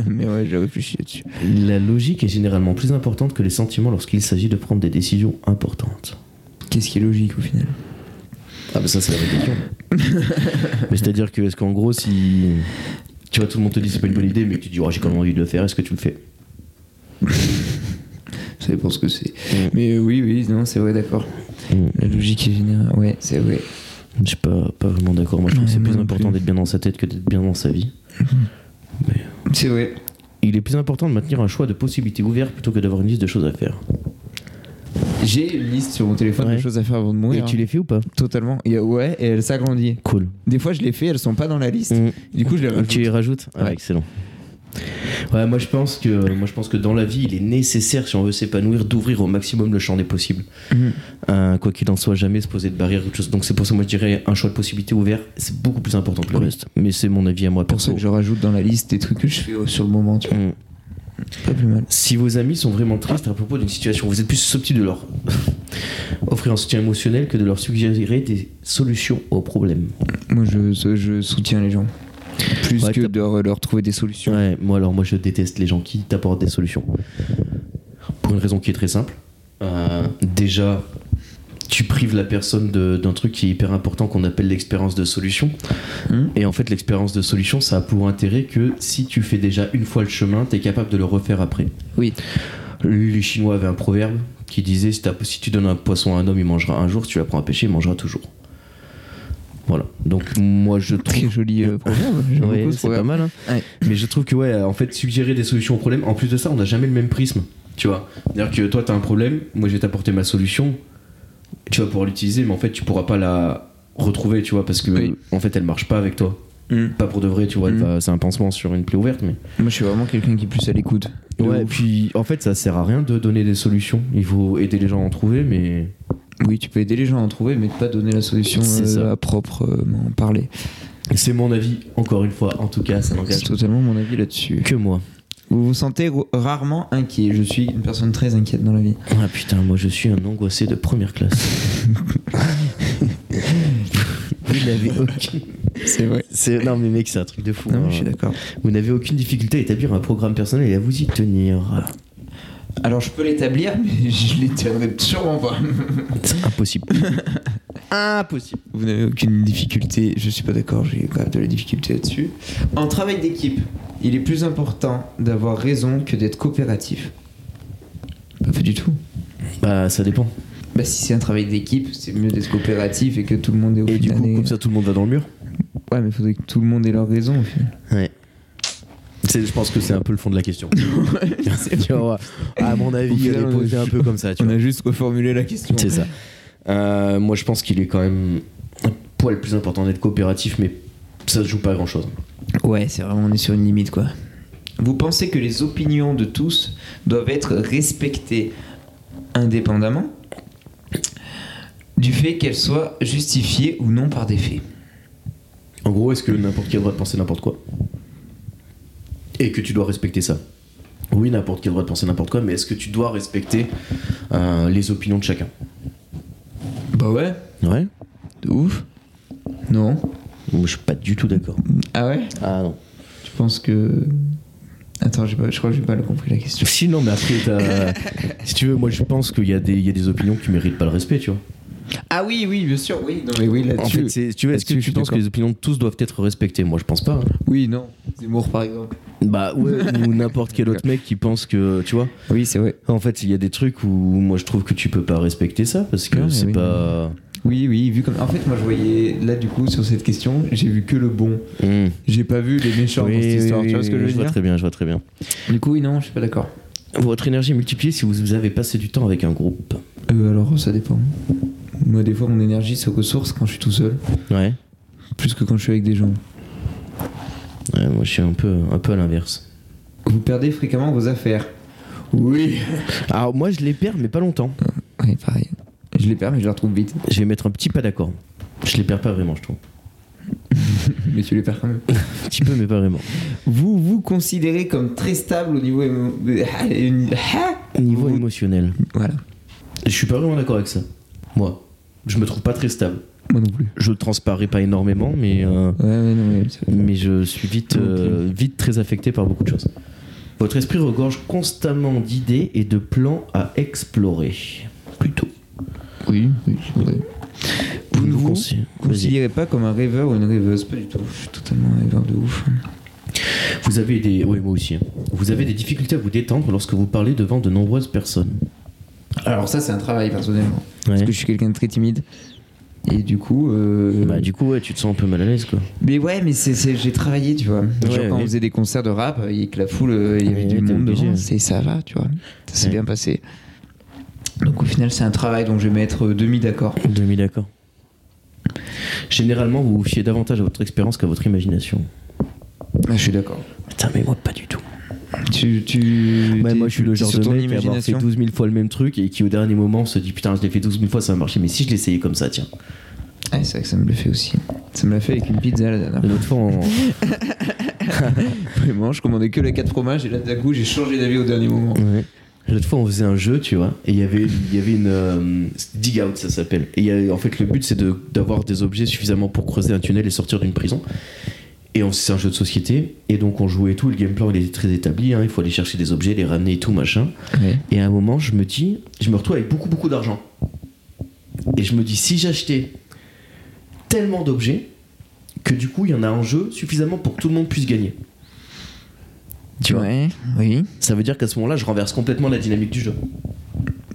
B: Mais ouais, j'ai réfléchi là-dessus.
A: La logique est généralement plus importante que les sentiments lorsqu'il s'agit de prendre des décisions importantes.
B: Qu'est-ce qui est logique au final
A: Ah bah ça c'est la vraie [laughs] question. mais c'est-à-dire que est-ce qu'en gros si tu vois tout le monde te dit c'est pas une bonne idée mais que tu dis oh, j'ai quand même envie de le faire est-ce que tu le fais
B: Ça dépend ce que c'est.
A: Mm.
B: Mais euh, oui, oui, non, c'est vrai, d'accord. La logique est générale. Ouais, c'est vrai.
A: Je suis pas, pas vraiment d'accord. Moi, je trouve que
B: Ouais,
A: c'est
B: moi
A: plus
B: non
A: important
B: plus. Mhm.
A: d'être bien dans sa tête que d'être bien dans sa vie.
B: C'est vrai.
A: Il est plus important de maintenir un choix de possibilités ouvertes plutôt que d'avoir une liste de choses à faire.
B: J'ai une liste sur mon téléphone
A: Ouais.
B: de choses à faire avant de mourir.
A: Et tu les fais ou pas
B: hein. Totalement. Et, euh, ouais, et elle s'agrandit.
A: Cool.
B: Des fois, je les fais, elles sont pas dans la liste.
A: Mm.
B: Du coup, je les rajoute.
A: Tu les rajoutes Ah,
B: Ouais.
A: Excellent. Ouais, moi je pense que moi je pense que dans la vie, il est nécessaire si on veut s'épanouir d'ouvrir au maximum le champ des possibles.
B: Mhm.
A: Euh, quoi qu'il en soit, jamais se poser de barrières ou de choses. Donc c'est pour ça moi je dirais un choix de possibilités ouvert, c'est beaucoup plus important que le
B: Oui.
A: reste. Mais c'est mon avis à moi
B: Pour ça
A: perso.
B: que je rajoute dans la liste des trucs que je fais euh, sur le moment. Tu vois.
A: Mhm.
B: Pas plus mal.
A: Si vos amis sont vraiment tristes à propos d'une situation, vous êtes plus susceptible de leur [laughs] offrir un soutien émotionnel que de leur suggérer des solutions aux problèmes.
B: Moi, je, je- je soutiens les gens. Plus
A: Ouais,
B: que
A: t'as-
B: de leur, leur trouver des solutions.
A: Ouais, moi alors moi je déteste les gens qui t'apportent des solutions. Pour une raison qui est très simple. Euh, déjà, tu prives la personne de- d'un truc qui est hyper important qu'on appelle l'expérience de solution.
B: Mhm.
A: Et en fait l'expérience de solution ça a pour intérêt que si tu fais déjà une fois le chemin, t'es capable de le refaire après.
B: Oui.
A: Les Chinois avaient un proverbe qui disait si, t'as- si tu donnes un poisson à un homme, il mangera un jour, si tu l'apprends à pêcher, il mangera toujours. Voilà. Donc moi je trouve
B: Très joli euh, proverbe. J'aime
A: Ouais,
B: beaucoup ce
A: c'est pas
B: proverbe.
A: mal. hein.
B: Ouais.
A: Mais je trouve que ouais, en fait, suggérer des solutions au problème. En plus de ça, on n'a jamais le même prisme. Tu vois, c'est-à-dire que toi, t'as un problème, moi, je vais t'apporter ma solution. Tu vas pouvoir l'utiliser, mais en fait, tu pourras pas la retrouver, tu vois, parce que
B: Oui.
A: en fait, elle marche pas avec toi.
B: Mhm.
A: Pas pour de vrai, tu vois. elle
B: Mhm.
A: va- C'est un pansement sur une plaie ouverte, mais.
B: Moi, je suis vraiment quelqu'un qui est plus à l'écoute. De
A: Ouais. et
B: ouf.
A: Puis, en fait, ça sert à rien de donner des solutions. Il faut aider les gens à en trouver, mais
B: Oui, tu peux aider les gens à en trouver, mais pas donner la solution
A: C'est
B: euh,
A: ça.
B: à proprement parler.
A: c'est mon avis. Encore une fois, en tout cas, ça
B: C'est
A: n'engage
B: totalement mon avis là-dessus.
A: que moi.
B: Vous vous sentez ro- rarement inquiet. Je suis une personne très inquiète dans la vie.
A: Ah putain, moi, je suis un angoissé de première classe. Vous [laughs] n'avez aucune
B: C'est vrai.
A: C'est- Non mais mec c'est un truc de fou.
B: Non, mais
A: hein.
B: je suis d'accord.
A: Vous n'avez aucune difficulté à établir un programme personnel et à vous y tenir.
B: Alors, je peux l'établir, mais [laughs] je l'établirai sûrement pas.
A: C'est impossible. impossible.
B: Vous n'avez aucune difficulté. Je suis pas d'accord, j'ai quand même de la difficulté là-dessus. En travail d'équipe, il est plus important d'avoir raison que d'être coopératif. Pas fait du tout.
A: Bah ça dépend.
B: Bah, si c'est un travail d'équipe, c'est mieux d'être coopératif et que tout le monde est au
A: et du
B: final
A: coup
B: est-
A: comme ça tout le monde va dans le mur.
B: Ouais, mais il faudrait que tout le monde ait leur raison au final.
A: Ouais. C'est- je pense que c'est un peu le fond de la question. Tu vois, à mon
B: Au
A: avis,
B: final,
A: elle est
B: on a
A: posée un
B: ju-
A: peu comme ça. Tu
B: On
A: vois.
B: a juste reformulé la question.
A: C'est ça. Euh, moi je pense qu'il est quand même un poil plus important d'être coopératif mais ça se joue pas à grand chose.
B: Ouais, c'est vraiment, on est sur une limite quoi. Vous pensez que les opinions de tous doivent être respectées indépendamment du fait qu'elles soient justifiées ou non par des faits
A: En gros est-ce que n'importe qui a le droit de penser n'importe quoi Et que tu dois respecter ça oui, n'importe qui a le droit de penser n'importe quoi, mais est-ce que tu dois respecter euh, les opinions de chacun
B: Bah ouais,
A: Ouais.
B: de ouf. Non.
A: Moi, je suis pas du tout d'accord.
B: Ah ouais
A: Ah non.
B: Je pense que. Attends, j'ai pas- je crois que j'ai pas compris la question.
A: Si, non, mais après, [laughs] t'as- si tu veux, moi, je pense qu'il y, a des- il y a des opinions qui méritent pas le respect, tu vois.
B: Ah oui, oui, bien sûr, oui. Non, mais oui,
A: En
B: là-dessus.
A: fait, c'est- tu vois, est-ce que
B: là-dessus, je
A: tu
B: suis
A: penses que
B: d'accord.
A: les opinions de tous doivent être respectées Moi, je pense pas. hein.
B: oui, non. Zemmour par exemple.
A: Bah, ouais, [laughs] ou n'importe quel autre mec qui pense que, tu vois.
B: Oui, c'est vrai.
A: En fait, il y a des trucs où moi, je trouve que tu peux pas respecter ça parce que
B: Ouais,
A: c'est
B: oui.
A: pas.
B: Oui, oui, vu comme. En fait, moi je voyais. Là, du coup, sur cette question, j'ai vu que le bon.
A: Mmh.
B: J'ai pas vu les méchants
A: Oui,
B: dans cette
A: oui,
B: histoire,
A: oui,
B: tu vois ce que
A: oui,
B: je veux
A: vois
B: dire
A: très bien, je vois très bien.
B: Du coup, oui, non, je suis pas d'accord.
A: Votre énergie est multipliée si vous avez passé du temps avec un groupe.
B: Euh, alors, ça dépend. Moi, des fois, mon énergie se ressource quand je suis tout seul,
A: Ouais.
B: plus que quand je suis avec des gens.
A: Ouais, moi, je suis un peu, un peu à l'inverse.
B: Vous perdez fréquemment vos affaires. Oui.
A: Alors, moi, je les perds, mais pas longtemps.
B: Oui, pareil. Je les perds, mais je les retrouve vite.
A: Je vais mettre un petit pas d'accord. Je les perds pas vraiment, je trouve.
B: Mais tu les perds quand même.
A: Un petit peu, mais pas vraiment.
B: Vous vous considérez comme très stable au niveau. émo- [laughs] Ah, une- Ah
A: Niveau émotionnel.
B: Voilà.
A: Je suis pas vraiment d'accord avec ça. Moi, je me trouve pas très stable.
B: Moi non plus.
A: Je transparais pas énormément, mais, euh,
B: Ouais, ouais, non, mais. c'est-
A: mais je suis vite, euh, vite très affecté par beaucoup de choses. Votre esprit regorge constamment d'idées et de plans à explorer. Plutôt.
B: Oui, oui, c'est vrai. Vous ne vous
A: conseillez- Vas-y.
B: considérez pas comme un rêveur ou une rêveuse Pas du tout. Je suis totalement un rêveur de ouf.
A: Vous avez des. Oui, moi aussi. hein. Vous avez des difficultés à vous détendre lorsque vous parlez devant de nombreuses personnes.
B: Alors ça, c'est un travail personnellement. Parce que je suis quelqu'un de très timide. Et du coup. euh,
E: Bah, du coup, ouais, tu te sens un peu mal à l'aise, quoi.
B: Mais ouais, mais c'est, c'est- j'ai travaillé, tu vois. Genre
E: Ouais,
B: quand
E: oui.
B: on faisait des concerts de rap et que la foule, euh, il y avait
E: Ouais,
B: du
E: t'es
B: monde
E: obligé.
B: devant, c'est ça va, tu vois. Ça s'est
E: Ouais.
B: bien passé. Donc au final, c'est un travail dont je vais mettre euh, demi d'accord.
E: Demi d'accord.
A: Généralement, vous vous fiez davantage à votre expérience qu'à votre imagination.
B: Ah, je suis d'accord.
E: Putain, mais moi, pas du tout.
B: Tu, tu,
A: Ouais,
B: t'es-
A: moi, je suis le
B: t'es
A: genre
B: sur
A: de
B: ton
A: mec qui a avoir fait
B: imagination.
A: 12 000 fois le même truc et qui, au dernier moment, se dit Putain, je l'ai fait 12 000 fois, ça a marché, mais si je l'essayais comme ça, tiens.
B: Ouais, Ah, c'est vrai que ça me le fait aussi. Ça me l'a fait avec une pizza la dernière. fois.
A: L'autre fois, on-
B: Vraiment, je commandais que les quatre fromages et là, d'un coup, j'ai changé d'avis au dernier moment.
A: L'autre fois, on faisait un jeu, tu vois, et il y avait, il y avait une. euh, dig out, ça s'appelle. Et il y a- en fait, le but, c'est de- d'avoir des objets suffisamment pour creuser un tunnel et sortir d'une prison. Et on- c'est un jeu de société, et donc on jouait et tout. Le game plan, il était très établi, hein, il faut aller chercher des objets, les ramener et tout, machin.
B: Ouais.
A: Et à un moment, je me dis, je me retrouve avec beaucoup, beaucoup d'argent. Et je me dis, si j'achetais tellement d'objets, que du coup, il y en a en jeu suffisamment pour que tout le monde puisse gagner.
B: Tu vois Oui.
A: Ça veut dire qu'à ce moment-là, je renverse complètement la dynamique du jeu.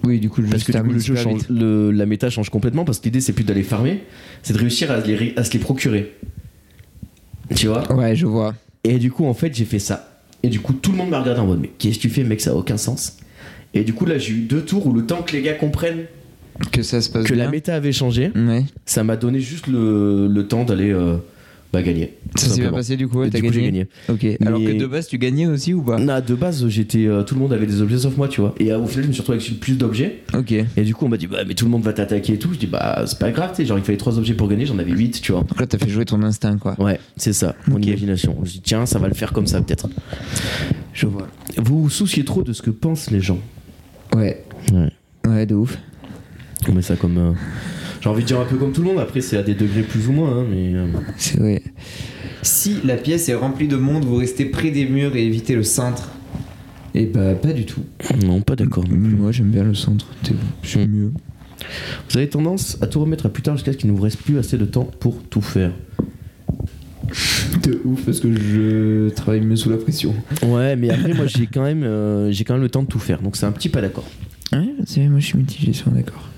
B: Oui, du coup, le jeu
A: Parce
B: se
A: que du coup,
B: termine
A: le jeu
B: super
A: change-
B: vite.
A: le- la méta change complètement parce que l'idée c'est plus d'aller farmer, c'est de réussir à, les, ré- à se les procurer. Tu vois
B: Ouais, je vois.
A: Et du coup en fait j'ai fait ça. Et du coup tout le monde m'a regardé en mode mais qu'est-ce que tu fais mec ça a aucun sens. Et du coup là j'ai eu deux tours où le temps que les gars comprennent
B: Que ça se passe
A: que la
B: bien. Mm.
A: méta avait changé,
B: Ouais.
A: ça m'a donné juste le, le temps d'aller euh, bah, gagner. tout
B: Ça s'est bien
A: simplement.
B: passé du coup, ouais,
A: Et
B: t'as
A: du coup, j'ai
B: gagné. Ah. Ok. Alors que
A: Mais-
B: de base, tu gagnais aussi ou pas
A: Non, de base j'étais euh, tout le monde avait des objets sauf moi tu vois. Et euh, au final je me suis retrouvé avec plus d'objets.
B: Ok.
A: Et du coup, on m'a dit, bah, mais tout le monde va t'attaquer et tout. Je dis, bah, c'est pas grave, tu sais, genre, il fallait trois objets pour gagner, j'en avais 8, tu vois.
B: Donc là, t'as fait jouer ton instinct, quoi.
A: Ouais, c'est ça, mon
B: Ok.
A: imagination. Je dis, tiens, ça va le faire comme ça, peut-être.
B: Je vois.
A: Vous vous souciez trop de ce que pensent les gens.
B: Ouais.
E: Ouais.
B: Ouais, de ouf.
A: On met ça comme. euh, J'ai envie de dire un peu comme tout le monde, après, c'est à des degrés plus ou moins, hein, mais. euh,
B: C'est vrai. Si la pièce est remplie de monde, vous restez près des murs et évitez le centre. Et bah, pas du tout.
E: Non, pas d'accord. Hmm.
B: Moi, j'aime bien le centre. T'es- Je suis mieux.
A: Vous avez tendance à tout remettre à plus tard jusqu'à ce qu'il ne vous reste plus assez de temps pour tout faire.
B: De ouf, parce que je travaille mieux sous la pression.
A: Ouais, mais après, moi, j'ai quand, même, euh, j'ai quand même le temps de tout faire, donc c'est un petit pas d'accord.
B: Ouais, c'est vrai, moi, je suis mitigé sur un d'accord.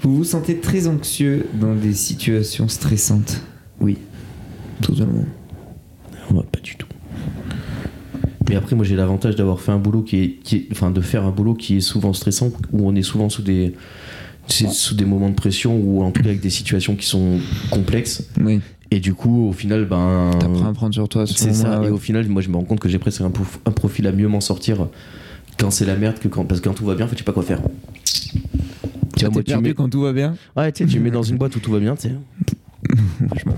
B: Vous vous sentez très anxieux dans des situations stressantes Oui. Totalement.
E: Ouais, pas du tout.
A: Mais après, moi, j'ai l'avantage d'avoir fait un boulot qui est, qui est- enfin, de faire un boulot qui est souvent stressant, où on est souvent sous des, tu sais, sous des moments de pression ou en tout cas avec des situations qui sont complexes.
B: Oui.
A: Et du coup, au final, ben,
B: T'apprends à prendre sur toi. à ce
A: c'est ça.
B: moment-là,
A: Et
B: ouais.
A: au final, moi, je me rends compte que j'ai presque un, prof- un profil à mieux m'en sortir quand c'est la merde que quand, parce que quand tout va bien, en fait, tu sais pas quoi faire. Tu
B: Ah,
A: vois, moi, tu
B: t'es perdu
A: mets,
B: quand tout va bien
A: ouais, tu sais, tu mets dans une boîte où tout va bien, tu sais.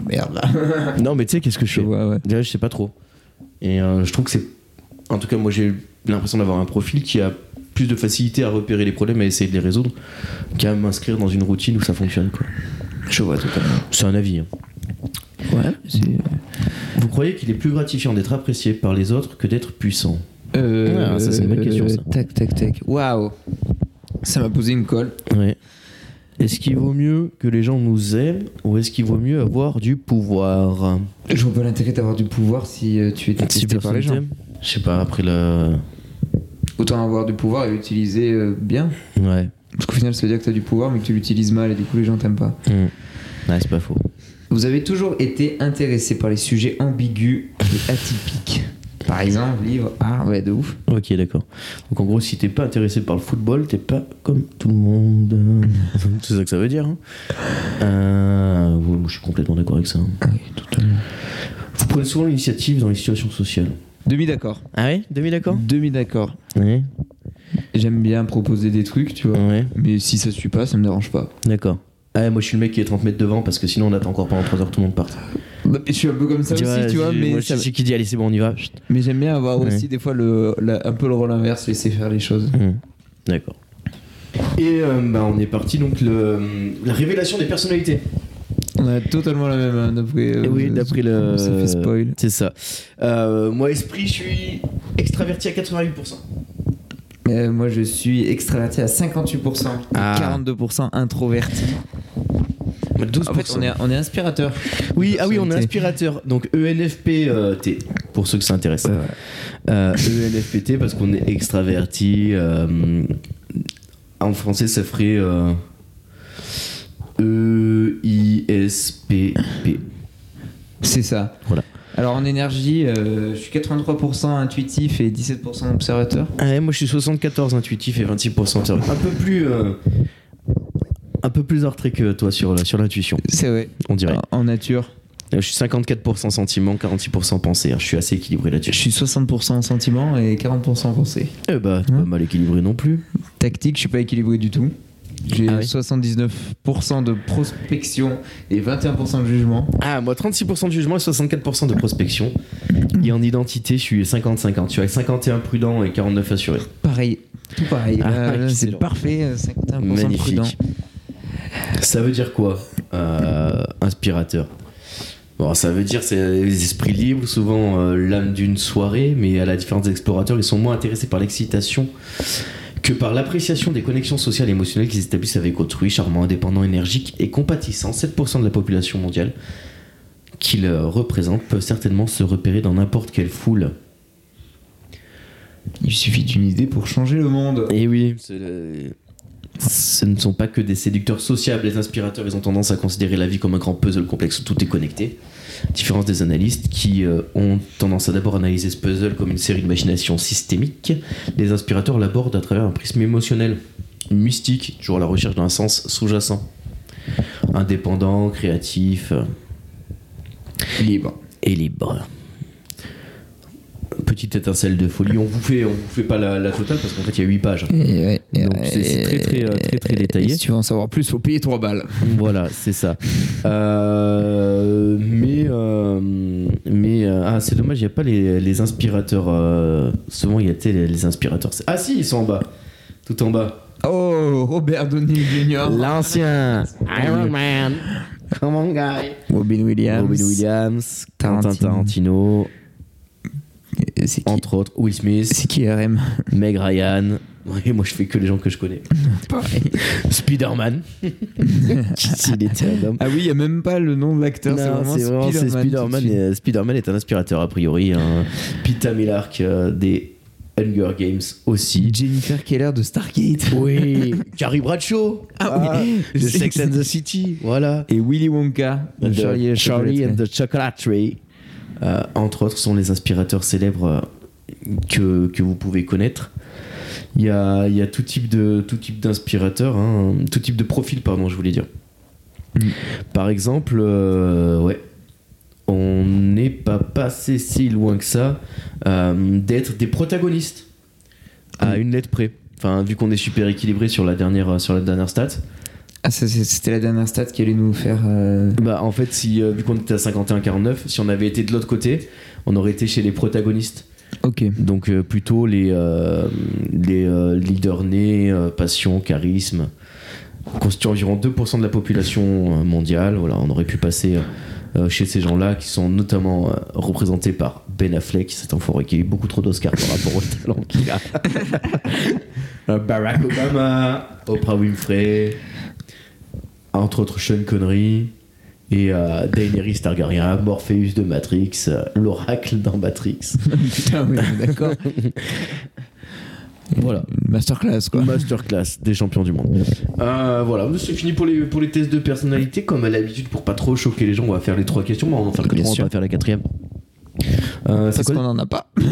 B: Merde, là.
A: Non, mais tu sais, qu'est-ce que je
B: Je
A: fais
B: vois, ouais.
A: Déjà, je sais pas trop. Et euh, je trouve que c'est. En tout cas, moi, j'ai l'impression d'avoir un profil qui a plus de facilité à repérer les problèmes et à essayer de les résoudre qu'à m'inscrire dans une routine où ça fonctionne. quoi.
B: Je vois totalement.
A: C'est un avis. hein.
B: Ouais, c'est.
A: Vous croyez qu'il est plus gratifiant d'être apprécié par les autres que d'être puissant
B: Euh,
E: Ah, ça, c'est une bonne question, ça.
B: Tac, tac, tac. Waouh Ça m'a posé une colle.
E: Ouais.
A: Est-ce qu'il vaut mieux que les gens nous aiment ou est-ce qu'il vaut mieux avoir du pouvoir
B: Je vois pas l'intérêt d'avoir du pouvoir si euh, tu es
E: Si
B: détesté par
E: personne
B: les gens.
E: t'aime.
A: Je sais pas, après la.
B: Autant avoir du pouvoir et l'utiliser euh, bien.
E: Ouais.
B: Parce qu'au final, ça veut dire que t'as du pouvoir, mais que tu l'utilises mal et du coup, les gens t'aiment pas.
E: Hmm.
A: Mm.
E: Ouais, c'est pas faux.
B: Vous avez toujours été intéressé par les sujets ambigus et atypiques. Par exemple, livre, art, ouais, de ouf.
A: Ok, d'accord. Donc en gros, si t'es pas intéressé par le football, t'es pas comme tout le monde. [laughs] c'est ça que ça veut dire. hein. Euh, ouais, moi, je suis complètement d'accord avec ça. hein.
B: Ah
A: Vous prenez souvent l'initiative dans les situations sociales.
B: Demi d'accord.
E: Ah ouais Demi d'accord
B: Demi d'accord.
E: Ouais.
B: J'aime bien proposer des trucs, tu vois.
E: Ouais.
B: Mais si ça se suit pas, ça me dérange pas.
E: D'accord.
A: Ah, moi je suis le mec qui est 30 mètres devant parce que sinon on attend encore pendant 3 heures que tout le monde parte.
B: Bah, je suis un peu comme ça aussi, tu vois, mais,
E: moi,
B: ça-
E: je suis qui dit allez c'est bon on y va. Chut.
B: mais j'aime bien avoir
E: Ouais.
B: aussi des fois le, la- un peu le rôle inverse, laisser faire les choses.
E: Hmm. D'accord.
A: Et euh, bah, on est parti donc le, la révélation des personnalités.
B: On a totalement la même, hein, d'après. euh,
A: Eh oui,
B: euh,
A: d'après le.
B: On s'est fait spoil.
A: C'est ça. Euh, moi, esprit, je suis extraverti à 88%.
B: Euh, moi, je suis extraverti à 58%, et
E: Ah.
B: 42% introverti.
A: 12%.
B: En fait, on est, on est inspirateur.
A: Oui, ah oui, on est
B: Personnalité.
A: inspirateur. Donc ENFP euh, T, pour ceux que ça intéresse.
B: Ouais, ouais.
A: Euh, ENFPT parce qu'on est extraverti. euh, en français, ça ferait euh, E I
F: ISPP.
B: C'est ça.
G: Voilà.
B: Alors en énergie, euh, je suis 83% intuitif et 17% observateur.
A: Ah ouais, moi je suis 74 intuitif et 26% observé. Un peu plus. euh,
G: Un peu plus artré que toi sur, la- sur l'intuition,
B: C'est vrai.
G: on dirait.
B: En nature.
A: je suis 54% sentiment, 46% pensée. hein. Je suis assez équilibré
B: Je
A: là-dessus.
B: suis 60% sentiment et 40% pensée.
G: Eh bah, t'es
B: Ouais.
G: pas mal équilibré non plus.
B: Tactique, je suis pas équilibré du tout. J'ai
G: Ah oui.
B: 79% de prospection et 21% de jugement.
A: Ah, moi 36% de jugement et 64% de prospection. Et en identité, je suis 50-50. Tu as 51 prudent et 49 assuré.
B: Pareil, tout pareil.
A: Ah,
B: Euh, là, c'est
A: excellent.
B: parfait, euh, 51%
A: Magnifique.
B: prudent.
A: Ça veut dire quoi euh, Inspirateur. Bon, ça veut dire c'est les esprits libres, souvent euh, l'âme d'une soirée, mais à la différence des explorateurs, ils sont moins intéressés par l'excitation que par l'appréciation des connexions sociales et émotionnelles qui s'établissent avec autrui, charmant, indépendant, énergique et compatissant. 7% de la population mondiale qu'il euh, représente peut certainement se repérer dans n'importe quelle foule.
B: Il suffit d'une idée pour changer le monde.
A: Et Eh oui, c'est le- ce ne sont pas que des séducteurs sociables, les inspirateurs, ils ont tendance à considérer la vie comme un grand puzzle complexe où tout est connecté. Différence des analystes qui euh, ont tendance à d'abord analyser ce puzzle comme une série de machinations systémiques, les inspirateurs l'abordent à travers un prisme émotionnel, mystique, toujours à la recherche d'un sens sous-jacent. Indépendant, créatif euh,
B: Libre.
A: et libre. Petite étincelle de folie, on vous fait, on vous fait pas la, la totale parce qu'en fait il y a 8 pages. Donc, c'est- c'est très, très, euh, très, très détaillé.
B: Et si tu veux en savoir plus, faut payer 3 balles.
A: Voilà, c'est ça. Euh, mais euh, mais euh, ah, c'est dommage, il n'y a pas les, les inspirateurs. euh, souvent, il y a tu sais, les, les inspirateurs. Ah si, ils sont en bas. Tout en bas.
B: Oh, Robert Downey Jr.
A: L'ancien Iron Man. Come on, guy.
B: Robin Williams.
A: Robin Williams, Quentin
B: Tarantino.
A: Tarantino,
B: Et C'est qui,
A: entre autres, Will Smith,
B: c'est qui RM
A: Meg Ryan. Ouais, moi, je fais que les gens que je connais. [laughs]
B: [laughs] Pareil.
A: Spider-Man. S'il était un homme.
B: Ah oui, il n'y a même pas le nom de l'acteur, c'est
A: Non,
B: vraiment
A: c'est vraiment
B: Spider-Man.
A: c'est
B: tout de
A: Spider-Man.
B: suite.
A: et- Spider-Man est un inspirateur a priori. hein. Pita Millark euh, des Hunger Games aussi.
B: Jennifer Keller de Stargate.
A: Oui, [laughs] Carrie Bradshaw.
B: Ah oui.
A: Oh.
B: [laughs]
A: de Sex and the City. Voilà.
B: Et Willy Wonka. de
A: The
B: Charlie, et la
A: Charlie and
B: chocolatine.
A: the Chocolate Tree. Euh, entre autres, sont les inspirateurs célèbres euh, que, que vous pouvez connaître. Il y a, il y a tout type de tout type d'inspirateurs, hein, tout type de profil, pardon, je voulais dire.
B: Mm.
A: Par exemple, euh, ouais, on n'est pas passé si loin que ça euh, d'être des protagonistes à une lettre près. Enfin, vu qu'on est super équilibré sur la dernière sur la dernière stat,
B: Ah, ça, c'est- c'était la dernière stat qu'elle allait nous faire. euh,
A: bah en fait, si, euh, vu qu'on était à 51-49, si on avait été de l'autre côté, on aurait été chez les protagonistes.
B: Ok.
A: Donc euh, plutôt les, euh, les euh, leaders nés, euh, passion, charisme, constituent environ 2% de la population euh, mondiale. Voilà, on aurait pu passer euh, chez ces gens-là qui sont notamment euh, représentés par Ben Affleck, cet enfoiré qui a eu beaucoup trop d'Oscars par rapport au talent qu'il a. Euh, Barack Obama, Oprah Winfrey, entre autres Sean Connery. Et euh, Daenerys Targaryen, Morpheus de Matrix, euh, l'oracle dans Matrix.
B: [laughs] Putain, oui, d'accord.
A: Voilà.
B: Une [laughs] Masterclass, quoi.
A: Masterclass des champions du monde. Euh, voilà, c'est fini pour les, pour les tests de personnalité. Comme à l'habitude, pour pas trop choquer les gens, on va faire les trois questions. mais on va en faire que
G: Bien
A: trois, on
G: sûr.
A: va pas faire la quatrième. Euh, c'est
B: Parce
A: quoi
B: qu'on n'en a pas.
A: le-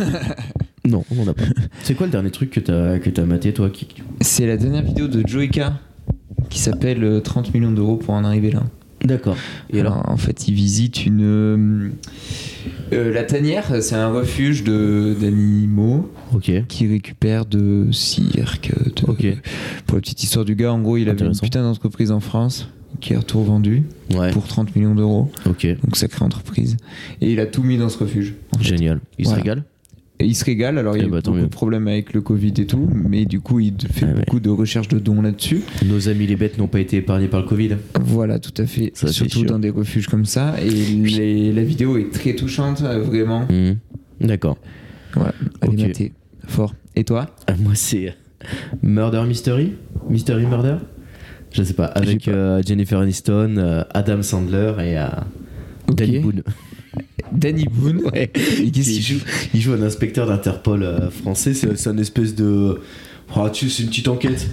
A: Non, on en a pas. [laughs] c'est quoi le dernier truc que t'as que t'as maté, toi qui...
B: C'est la dernière vidéo de Joeka qui s'appelle euh, 30 millions d'euros pour en arriver là.
A: D'accord.
B: Et alors, en fait, il visite une. euh, euh, la tanière, c'est un refuge de- d'animaux
A: Ah, Ok.
B: qui récupère de cirque. de-
A: Ok.
B: Pour la petite histoire du gars, en gros, il avait une
A: Intéressant.
B: putain d'entreprise en France qui a retour vendu
A: Ouais.
B: pour 30 millions d'euros.
A: Ok.
B: Donc, sacrée entreprise. Et il a tout mis dans ce refuge.
A: Génial. Il se
B: Voilà.
A: régale
B: Et il se régale, alors il y
A: Eh
B: a eu
A: bah, tant
B: beaucoup
A: mieux.
B: de problèmes avec le Covid et tout, mais du coup il fait
A: Ah ouais.
B: beaucoup de recherches de dons là-dessus.
A: Nos amis les bêtes n'ont pas été épargnés par le Covid.
B: Voilà, tout à fait.
A: Ça, c'est
B: Surtout
A: sûr.
B: dans des refuges comme ça. Et les- la vidéo est très touchante, euh, vraiment.
A: Mhm. D'accord.
B: Voilà, allez
A: Ok.
B: mater. Fort. Et toi
A: Ah, Moi, c'est Murder Mystery Mystery Murder Je sais pas. Avec
B: pas.
A: euh, Jennifer Aniston, euh, Adam Sandler et euh,
B: Ok.
A: Danny Boone.
B: Danny Boone.
A: [laughs] Ouais.
B: Et qu'est-ce
A: Il
B: qu'il joue
A: joue, il joue un inspecteur d'Interpol euh, français. C'est c'est un espèce de. Ah, tu sais, c'est une petite enquête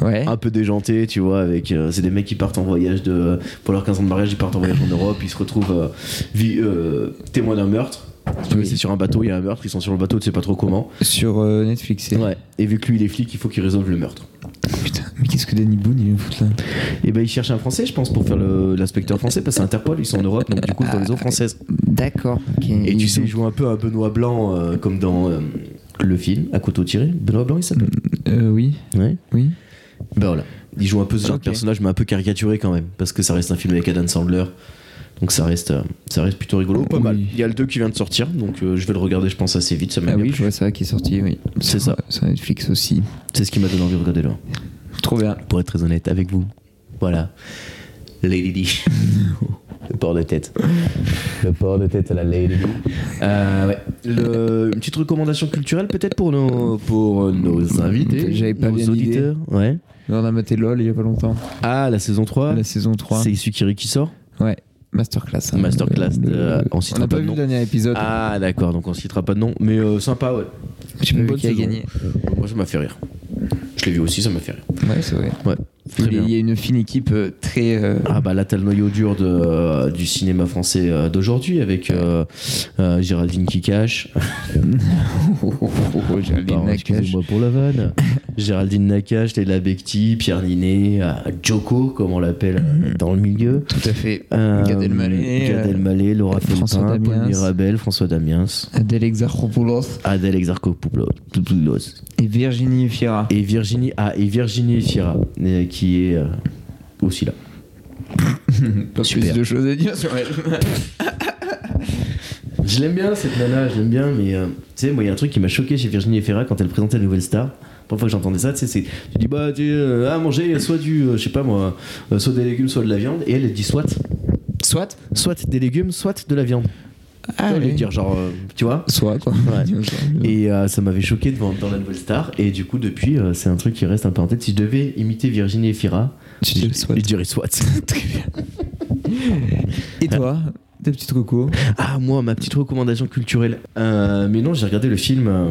B: Ouais.
A: un peu déjantée, tu vois. Avec, euh, c'est des mecs qui partent en voyage de. Pour leurs 15 ans de mariage, ils partent en voyage en Europe, ils se retrouvent euh, vi- euh, témoins d'un meurtre. Parce que C'est sur un bateau, il y a un meurtre, ils sont sur le bateau, tu sais pas trop comment.
B: Sur euh, Netflix. c'est-
A: Ouais. Et vu que lui, il est flic, il faut qu'il résolve le meurtre.
B: Putain, mais qu'est-ce que Danny Boone, il nous fout là
A: Et ben, il cherche un français, je pense, pour faire le- l'inspecteur français, parce que c'est Interpol, ils sont en Europe, donc du coup, dans les eaux françaises.
B: D'accord.
A: Et tu sais, il joue un peu un Benoît Blanc, euh, comme dans euh, le film, à couteau tiré. Benoît Blanc, il s'appelle
B: Euh, oui,
A: Ouais.
B: oui.
A: Ben voilà. Il joue un peu ce genre
B: Ok.
A: de personnage, mais un peu caricaturé quand même, parce que ça reste un film avec Adam Sandler. Donc ça reste, euh, ça reste plutôt rigolo, pas
B: Oui.
A: mal. Il y a le 2 qui vient de sortir, donc euh, je vais le regarder, je pense, assez vite. Ça m'a
B: Ah
A: bien
B: oui,
A: plu.
B: je vois ça qui est sorti, oui.
A: C'est ça.
B: Sur Netflix aussi.
A: C'est ce qui m'a donné envie de regarder le un,
B: Trop bien.
A: pour être très honnête avec vous. Voilà. Lady Di. [laughs] Le port de tête. Le port de tête à la Lady Di. Euh, ouais. Le- une petite recommandation culturelle peut-être pour nos, pour euh, nos invités,
B: J'avais pas
A: nos
B: bien d'idée.
A: auditeurs. Ouais.
B: Là, on a maté LOL il y a pas longtemps.
A: Ah, la saison 3.
B: La saison 3.
A: C'est Isukiri qui sort
B: Ouais, Masterclass. hein.
A: Masterclass,
B: Le-
A: euh,
B: le-
A: on citera
B: n'a
A: pas
B: pas
A: de
B: vu
A: nom.
B: le dernier épisode.
A: Ah d'accord, donc on citera pas de nom, mais euh, sympa ouais.
B: J'ai pas
A: une
B: vu
A: bonne
B: qui a
A: saison.
B: gagné.
A: Moi ça m'a fait rire. Je l'ai vu aussi, ça m'a fait rire.
B: Ouais, c'est vrai.
A: Ouais. Très
B: Il
A: bien.
B: y a une fine équipe euh, très. euh,
A: Ah bah là t'as le noyau dur de, euh, du cinéma français euh, d'aujourd'hui avec euh, euh, Géraldine Kikache.
B: [laughs] oh, oh, oh, oh, j'ai les
A: Pardon,
B: naquages.
A: excusez-moi pour la
B: [laughs]
A: vanne. Géraldine Nakache, Léla Becti, Pierre Ninet, euh, Joko comme on l'appelle euh, dans le milieu.
B: Tout à fait.
A: Euh,
B: Mhm. Gad Elmaleh,
A: Gad
B: euh,
A: Elmaleh, Laura
B: François
A: Felpin, Paul
B: Damiens.
A: Mirabel, François Damiens,
B: Adèle Exarchopoulos
A: Adèle Exarchopoulos.
B: et Virginie Fiera.
A: Et Virginie, ah, et Virginie Fira, euh, qui est euh, aussi là.
B: Parce que
A: Super.
B: c'est deux choses à dire sur elle.
A: Je l'aime bien cette nana, je l'aime bien, mais euh, tu sais, moi il y a un truc qui m'a choqué chez Virginie Fira quand elle présentait la nouvelle star. La première fois que j'entendais ça, tu sais, c'est. Tu dis, bah, tu sais, euh, à manger, soit du, euh, je sais pas moi, euh, soit des légumes, soit de la viande, et elle, elle dit soit.
B: Soit.
A: Soit des légumes, soit de la viande.
B: Ah,
A: elle
B: oui.
A: dire, genre, euh, tu vois
B: Soit, quoi. [laughs]
A: Ouais. Et euh, ça m'avait choqué devant, dans la nouvelle star, et du coup, depuis, euh, c'est un truc qui reste un peu en tête. Si je devais imiter Virginie Fira,
B: Tu dis le soit.
A: je dirais soit.
B: Et toi, tes petites recours
A: Ah, moi, ma petite recommandation culturelle. Euh, mais non, j'ai regardé le film euh,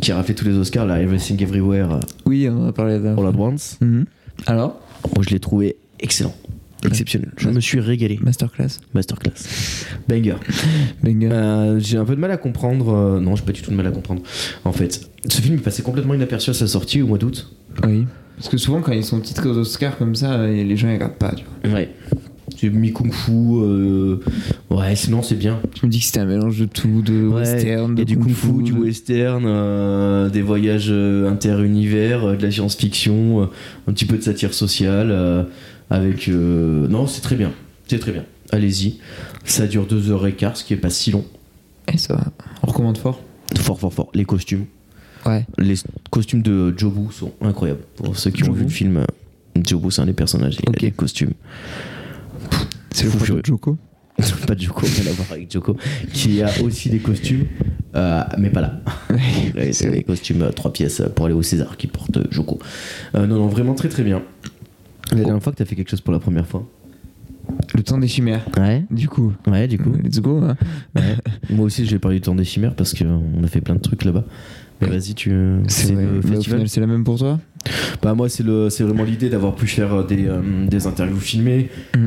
A: qui a raflé tous les Oscars, là, Everything Everywhere euh,
B: Oui, on en a parlé là.
A: All at Once.
B: Mhm. Alors
A: Moi, je l'ai trouvé excellent. Exceptionnel. Je me suis régalé.
B: Masterclass.
A: Masterclass. Banger.
B: Banger.
A: Euh, j'ai un peu de mal à comprendre. euh, non, j'ai pas du tout de mal à comprendre. En fait, ce film est passé complètement inaperçu à sa sortie au mois d'août.
B: Oui. Parce que souvent, quand ils sont titres aux Oscars comme ça, euh, les gens ils regardent pas. Tu, vois.
A: Ouais. J'ai mis Kung Fu. euh, Ouais, sinon, c'est bien.
B: tu me dis que c'était un mélange de tout, de
A: Ouais,
B: western,
A: Il y
B: de
A: a du
B: kung
A: kung-fu, du
B: de-
A: western, euh, des voyages euh, inter-univers, euh, de la science-fiction, euh, un petit peu de satire sociale. euh, avec euh, non, c'est très bien, c'est très bien. Allez-y, ça dure deux heures et quart, ce qui est pas si long.
B: Eh, ça va. On recommande fort.
A: Fort, fort, fort. Les costumes,
B: Ouais.
A: les costumes de Jobu sont incroyables. Pour ceux qui ont
B: Jobu
A: vu le film, euh, Jobu c'est un des personnages. Il
B: Ok.
A: a des costumes. [laughs]
B: C'est le
A: Fou
B: frère
A: furieux.
B: de Joko.
A: pas Joko, rien à voir avec Joko, qui a aussi des costumes, euh, mais pas là. Ouais, c'est les costumes euh, trois pièces euh, pour aller au César qui porte euh, Joko. Euh, non, non, vraiment très très bien. La dernière fois que t'as fait quelque chose pour la première fois
B: [laughs] Le temps des chimères.
A: Ouais,
B: Du coup.
A: ouais, du coup.
B: Let's go. hein.
A: Ouais. Moi aussi, je vais parler du temps des chimères parce qu'on a fait plein de trucs là-bas. Mais vas-y, tu.
B: C'est vrai.
A: le
B: Mais au
A: festival
B: final, c'est la même pour toi
A: Bah moi c'est le c'est vraiment l'idée d'avoir pu faire euh, des, euh, des interviews filmées.
B: Mm.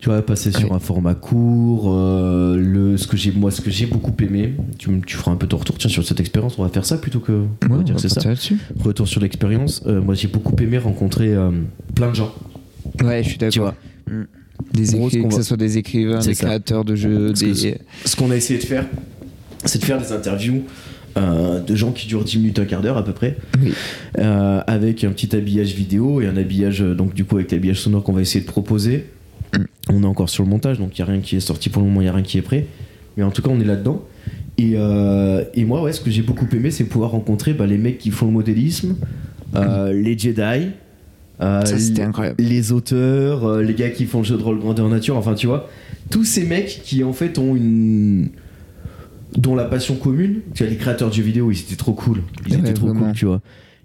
A: Tu vois, passer sur
B: Ouais.
A: un format court, euh, le, ce que j'ai, moi, ce que j'ai beaucoup aimé, tu, me- tu feras un peu ton retour tiens, sur cette expérience, on va faire ça plutôt que, on va
B: Ouais,
A: dire
B: on
A: que c'est
B: va
A: ça.
B: partir là-dessus.
A: Retour sur l'expérience, euh, moi j'ai beaucoup aimé rencontrer euh, plein de gens,
B: Ouais, je suis
A: tu
B: d'accord.
A: vois.
B: Des
A: En gros, ce
B: écrits,
A: qu'on
B: que
A: va-
B: ce soit des écrivains,
A: C'est
B: des
A: ça.
B: créateurs de jeux,
A: Parce que
B: des.
A: Ce qu'on a essayé de faire, c'est de faire des interviews euh, de gens qui durent 10 minutes, un quart d'heure à peu près,
B: Oui.
A: euh, avec un petit habillage vidéo et un habillage, euh, donc du coup avec l'habillage sonore qu'on va essayer de proposer. On est encore sur le montage, donc il n'y a rien qui est sorti pour le moment, il n'y a rien qui est prêt. Mais en tout cas, on est là-dedans. Et, euh, et moi, ouais, ce que j'ai beaucoup aimé, c'est pouvoir rencontrer bah, les mecs qui font le modélisme, euh, les Jedi. euh,
B: Ça, c'était
A: les-
B: incroyable.
A: les auteurs, euh, les gars qui font le jeu de rôle grandeur nature, enfin tu vois, tous ces mecs qui en fait ont une dont la passion commune, tu vois les créateurs de jeux vidéo, ils étaient trop cool, ils
B: Ouais,
A: étaient trop
B: vraiment.
A: cool, tu vois.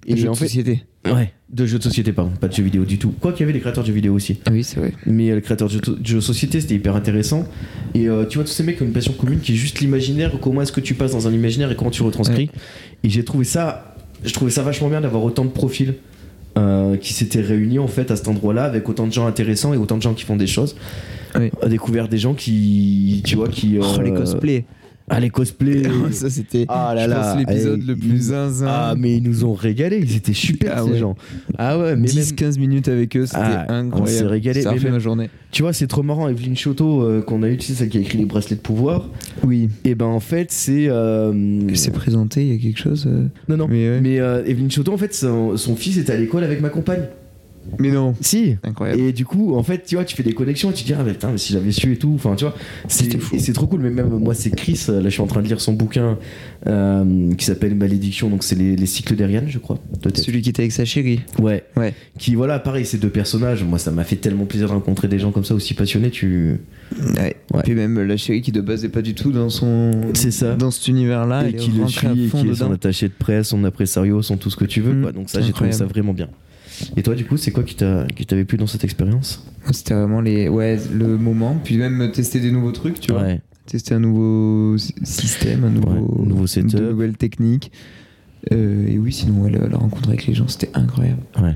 B: Des jeux
A: en
B: de
A: fait,
B: société.
A: ouais, de jeux de société pardon, pas de jeux vidéo du tout. Quoi qu'il y avait des créateurs de jeux vidéo aussi.
B: Ah Oui, c'est vrai.
A: Mais euh, le créateur du jeu du jeu de société, c'était hyper intéressant. Et euh, tu vois, tous ces mecs ont une passion commune qui est juste l'imaginaire, comment est-ce que tu passes dans un imaginaire et comment tu retranscris. Et j'ai trouvé ça je trouvais ça vachement bien d'avoir autant de profils euh, qui s'étaient réunis en fait à cet endroit-là avec autant de gens intéressants et autant de gens qui font des choses.
B: Oui.
A: On a découvert des gens qui, tu vois, qui.
B: Oh, les
A: euh,
B: [laughs] cosplays.
A: Ah, les
B: [laughs]
A: cosplays
B: ça, c'était
A: Ah
B: je
A: là là
B: pense, l'épisode
A: eh,
B: le
A: ils-
B: plus zinzin.
A: Ah, mais ils nous ont régalé, ils étaient super
B: Ah
A: ces
B: ouais.
A: gens. Ah ouais, mais même-
B: 10-15 minutes avec eux, c'était
A: Ah,
B: incroyable.
A: on s'est régalé,
B: Ça a
A: mais
B: fait
A: même-
B: ma journée.
A: tu vois, c'est trop marrant. Evelyne Choteau, euh, qu'on a eu, tu sais, celle qui a écrit les bracelets de pouvoir,
B: Oui.
A: et ben en fait, c'est. euh,
B: Elle s'est présentée, il y a quelque chose. euh,
A: Non, non.
B: Mais, ouais.
A: Mais euh, Evelyne Choteau, en fait, son, son fils était à l'école avec ma compagne.
B: Mais non.
A: Si.
B: Incroyable.
A: Et du coup, en fait, tu vois, tu fais des connexions et tu te dis, ah, mais putain, mais si j'avais su et tout, enfin, tu vois, c'est,
B: C'était fou.
A: et c'est trop cool. Mais même moi, c'est Chris, euh, là, je suis en train de lire son bouquin euh, qui s'appelle Malédiction, donc c'est les, les cycles d'Eriane, je crois. peut-être.
B: Celui qui était avec sa chérie.
A: Ouais.
B: Ouais.
A: Qui, voilà, pareil, ces deux personnages, moi, ça m'a fait tellement plaisir de rencontrer des gens comme ça, aussi passionnés, tu.
B: Ouais.
A: Ouais.
B: Puis même la chérie qui de base n'est pas du tout dans son.
A: C'est ça.
B: Dans cet univers-là.
A: et
B: elle Ah, est
A: qui le
B: rentrée à
A: suit, et
B: fond
A: qui est son
B: dedans.
A: attaché de presse, son impresario, son tout ce que tu veux,
B: Mm,
A: quoi. Donc, ça,
B: c'est
A: j'ai trouvé
B: incroyable.
A: ça vraiment bien. Et toi, du coup, c'est quoi qui, t'a, qui t'avait plu dans cette expérience
B: C'était vraiment les... ouais, le moment. Puis même tester des nouveaux trucs, tu vois.
A: Ouais.
B: tester un nouveau sy- système, un nouveau,
A: Ouais, nouveau setup.
B: de nouvelles techniques. Euh, et oui, sinon, ouais, la, la rencontre avec les gens, c'était incroyable.
A: Ouais.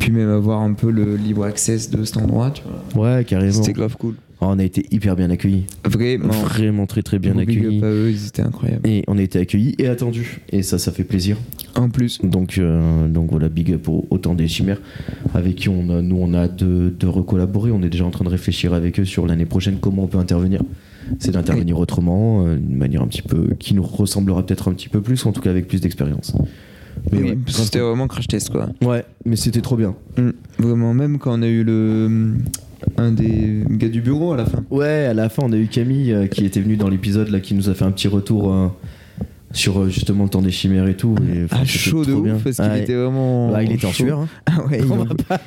B: Puis même avoir un peu le libre access de cet endroit, tu vois.
A: Ouais, carrément.
B: C'était grave cool.
A: Oh, on a été hyper bien accueillis.
B: Vraiment.
A: Vraiment très très bien
B: Gros big
A: accueillis.
B: up à eux, ils étaient incroyables.
A: Et on a été accueillis et attendus. Et ça, ça fait plaisir.
B: En plus,
A: Donc, euh, donc voilà, big up pour autant des chimères avec qui on a, nous on a hâte de, de recollaborer. On est déjà en train de réfléchir avec eux sur l'année prochaine comment on peut intervenir. C'est d'intervenir autrement, euh, d'une manière un petit peu qui nous ressemblera peut-être un petit peu plus, ou en tout cas avec plus d'expérience. Mais
B: oui,
A: ouais,
B: parce que c'était vraiment crash test, quoi.
A: ouais, mais c'était trop bien.
B: Mm. Vraiment, même quand on a eu le mm, un des gars du bureau à la fin.
A: Ouais, à la fin, on a eu Camille euh, qui était venue dans l'épisode là, qui nous a fait un petit retour euh, sur euh, justement le temps des chimères et tout. Et, enfin,
B: Ah,
A: c'était
B: chaud de
A: trop
B: ouf,
A: bien.
B: parce qu'il
A: Ouais.
B: était vraiment.
A: Bah, il était en
B: chaud.
A: sueur. hein.
B: [laughs] Ah ouais, il
A: On va pas,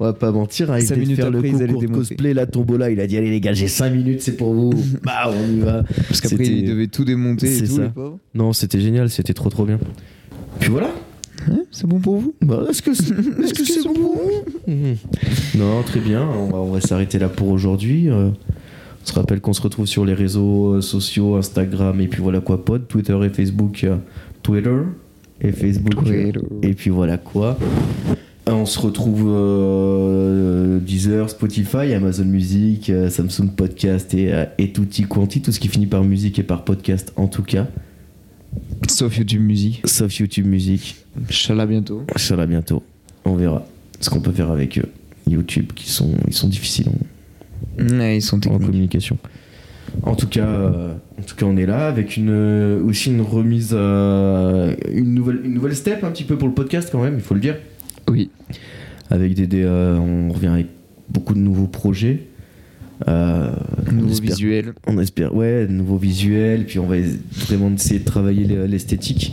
A: on va pas mentir. hein, il
B: Cinq
A: venait de
B: minutes
A: faire
B: après, ils
A: le
B: allaient
A: concours
B: démonter.
A: cosplay, la tombola. Il a dit Allez les gars, j'ai 5 minutes, c'est pour
B: [laughs]
A: vous. bah, on y va.
B: Parce qu'après,
A: C'était-
B: il devait tout démonter et
A: C'est
B: tout,
A: ça.
B: les pauvres.
A: Non, c'était génial, c'était trop trop bien. Puis voilà.
B: Hein, C'est bon pour vous
A: Bah, Est-ce que [laughs] c'est est-ce que c'est bon Mhm. Non, très bien. On va, on va s'arrêter là pour aujourd'hui. Euh, on se rappelle qu'on se retrouve sur les réseaux euh, sociaux, Instagram et puis voilà quoi, pod, Twitter et Facebook. euh, Twitter et Facebook. euh,
B: Twitter.
A: Et puis voilà quoi. Euh, On se retrouve euh, Deezer, Spotify, Amazon Music, euh, Samsung Podcast et, euh, et tutti quanti, tout ce qui finit par musique et par podcast en tout cas,
B: Sauf YouTube Music.
A: sauf YouTube Music.
B: Inch'Allah bientôt.
A: Ça va bientôt. On verra ce qu'on peut faire avec eux. YouTube, qui sont, ils sont difficiles en-
B: Ouais, ils sont
A: en,
B: techniques.
A: communication. En tout cas, euh, en tout cas, on est là avec une euh, aussi une remise, euh, une nouvelle, une nouvelle step un petit peu pour le podcast quand même, il faut le dire.
B: Oui.
A: Avec des, des, euh, on revient avec beaucoup de nouveaux projets. Euh, on
B: Nouveau
A: espère-
B: visuel.
A: on espère, ouais, de nouveaux visuels, puis on va es- vraiment essayer de travailler l'e- l'esthétique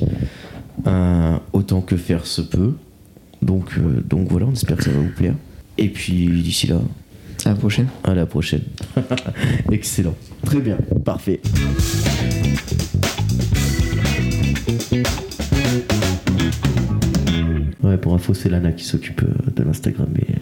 A: euh, autant que faire se peut. Donc, euh, donc voilà, on espère que ça va vous plaire. Et puis d'ici là,
B: À la prochaine.
A: à la prochaine. [laughs] Excellent. Très bien, parfait. Ouais, pour info, c'est Lana qui s'occupe euh, de l'Instagram et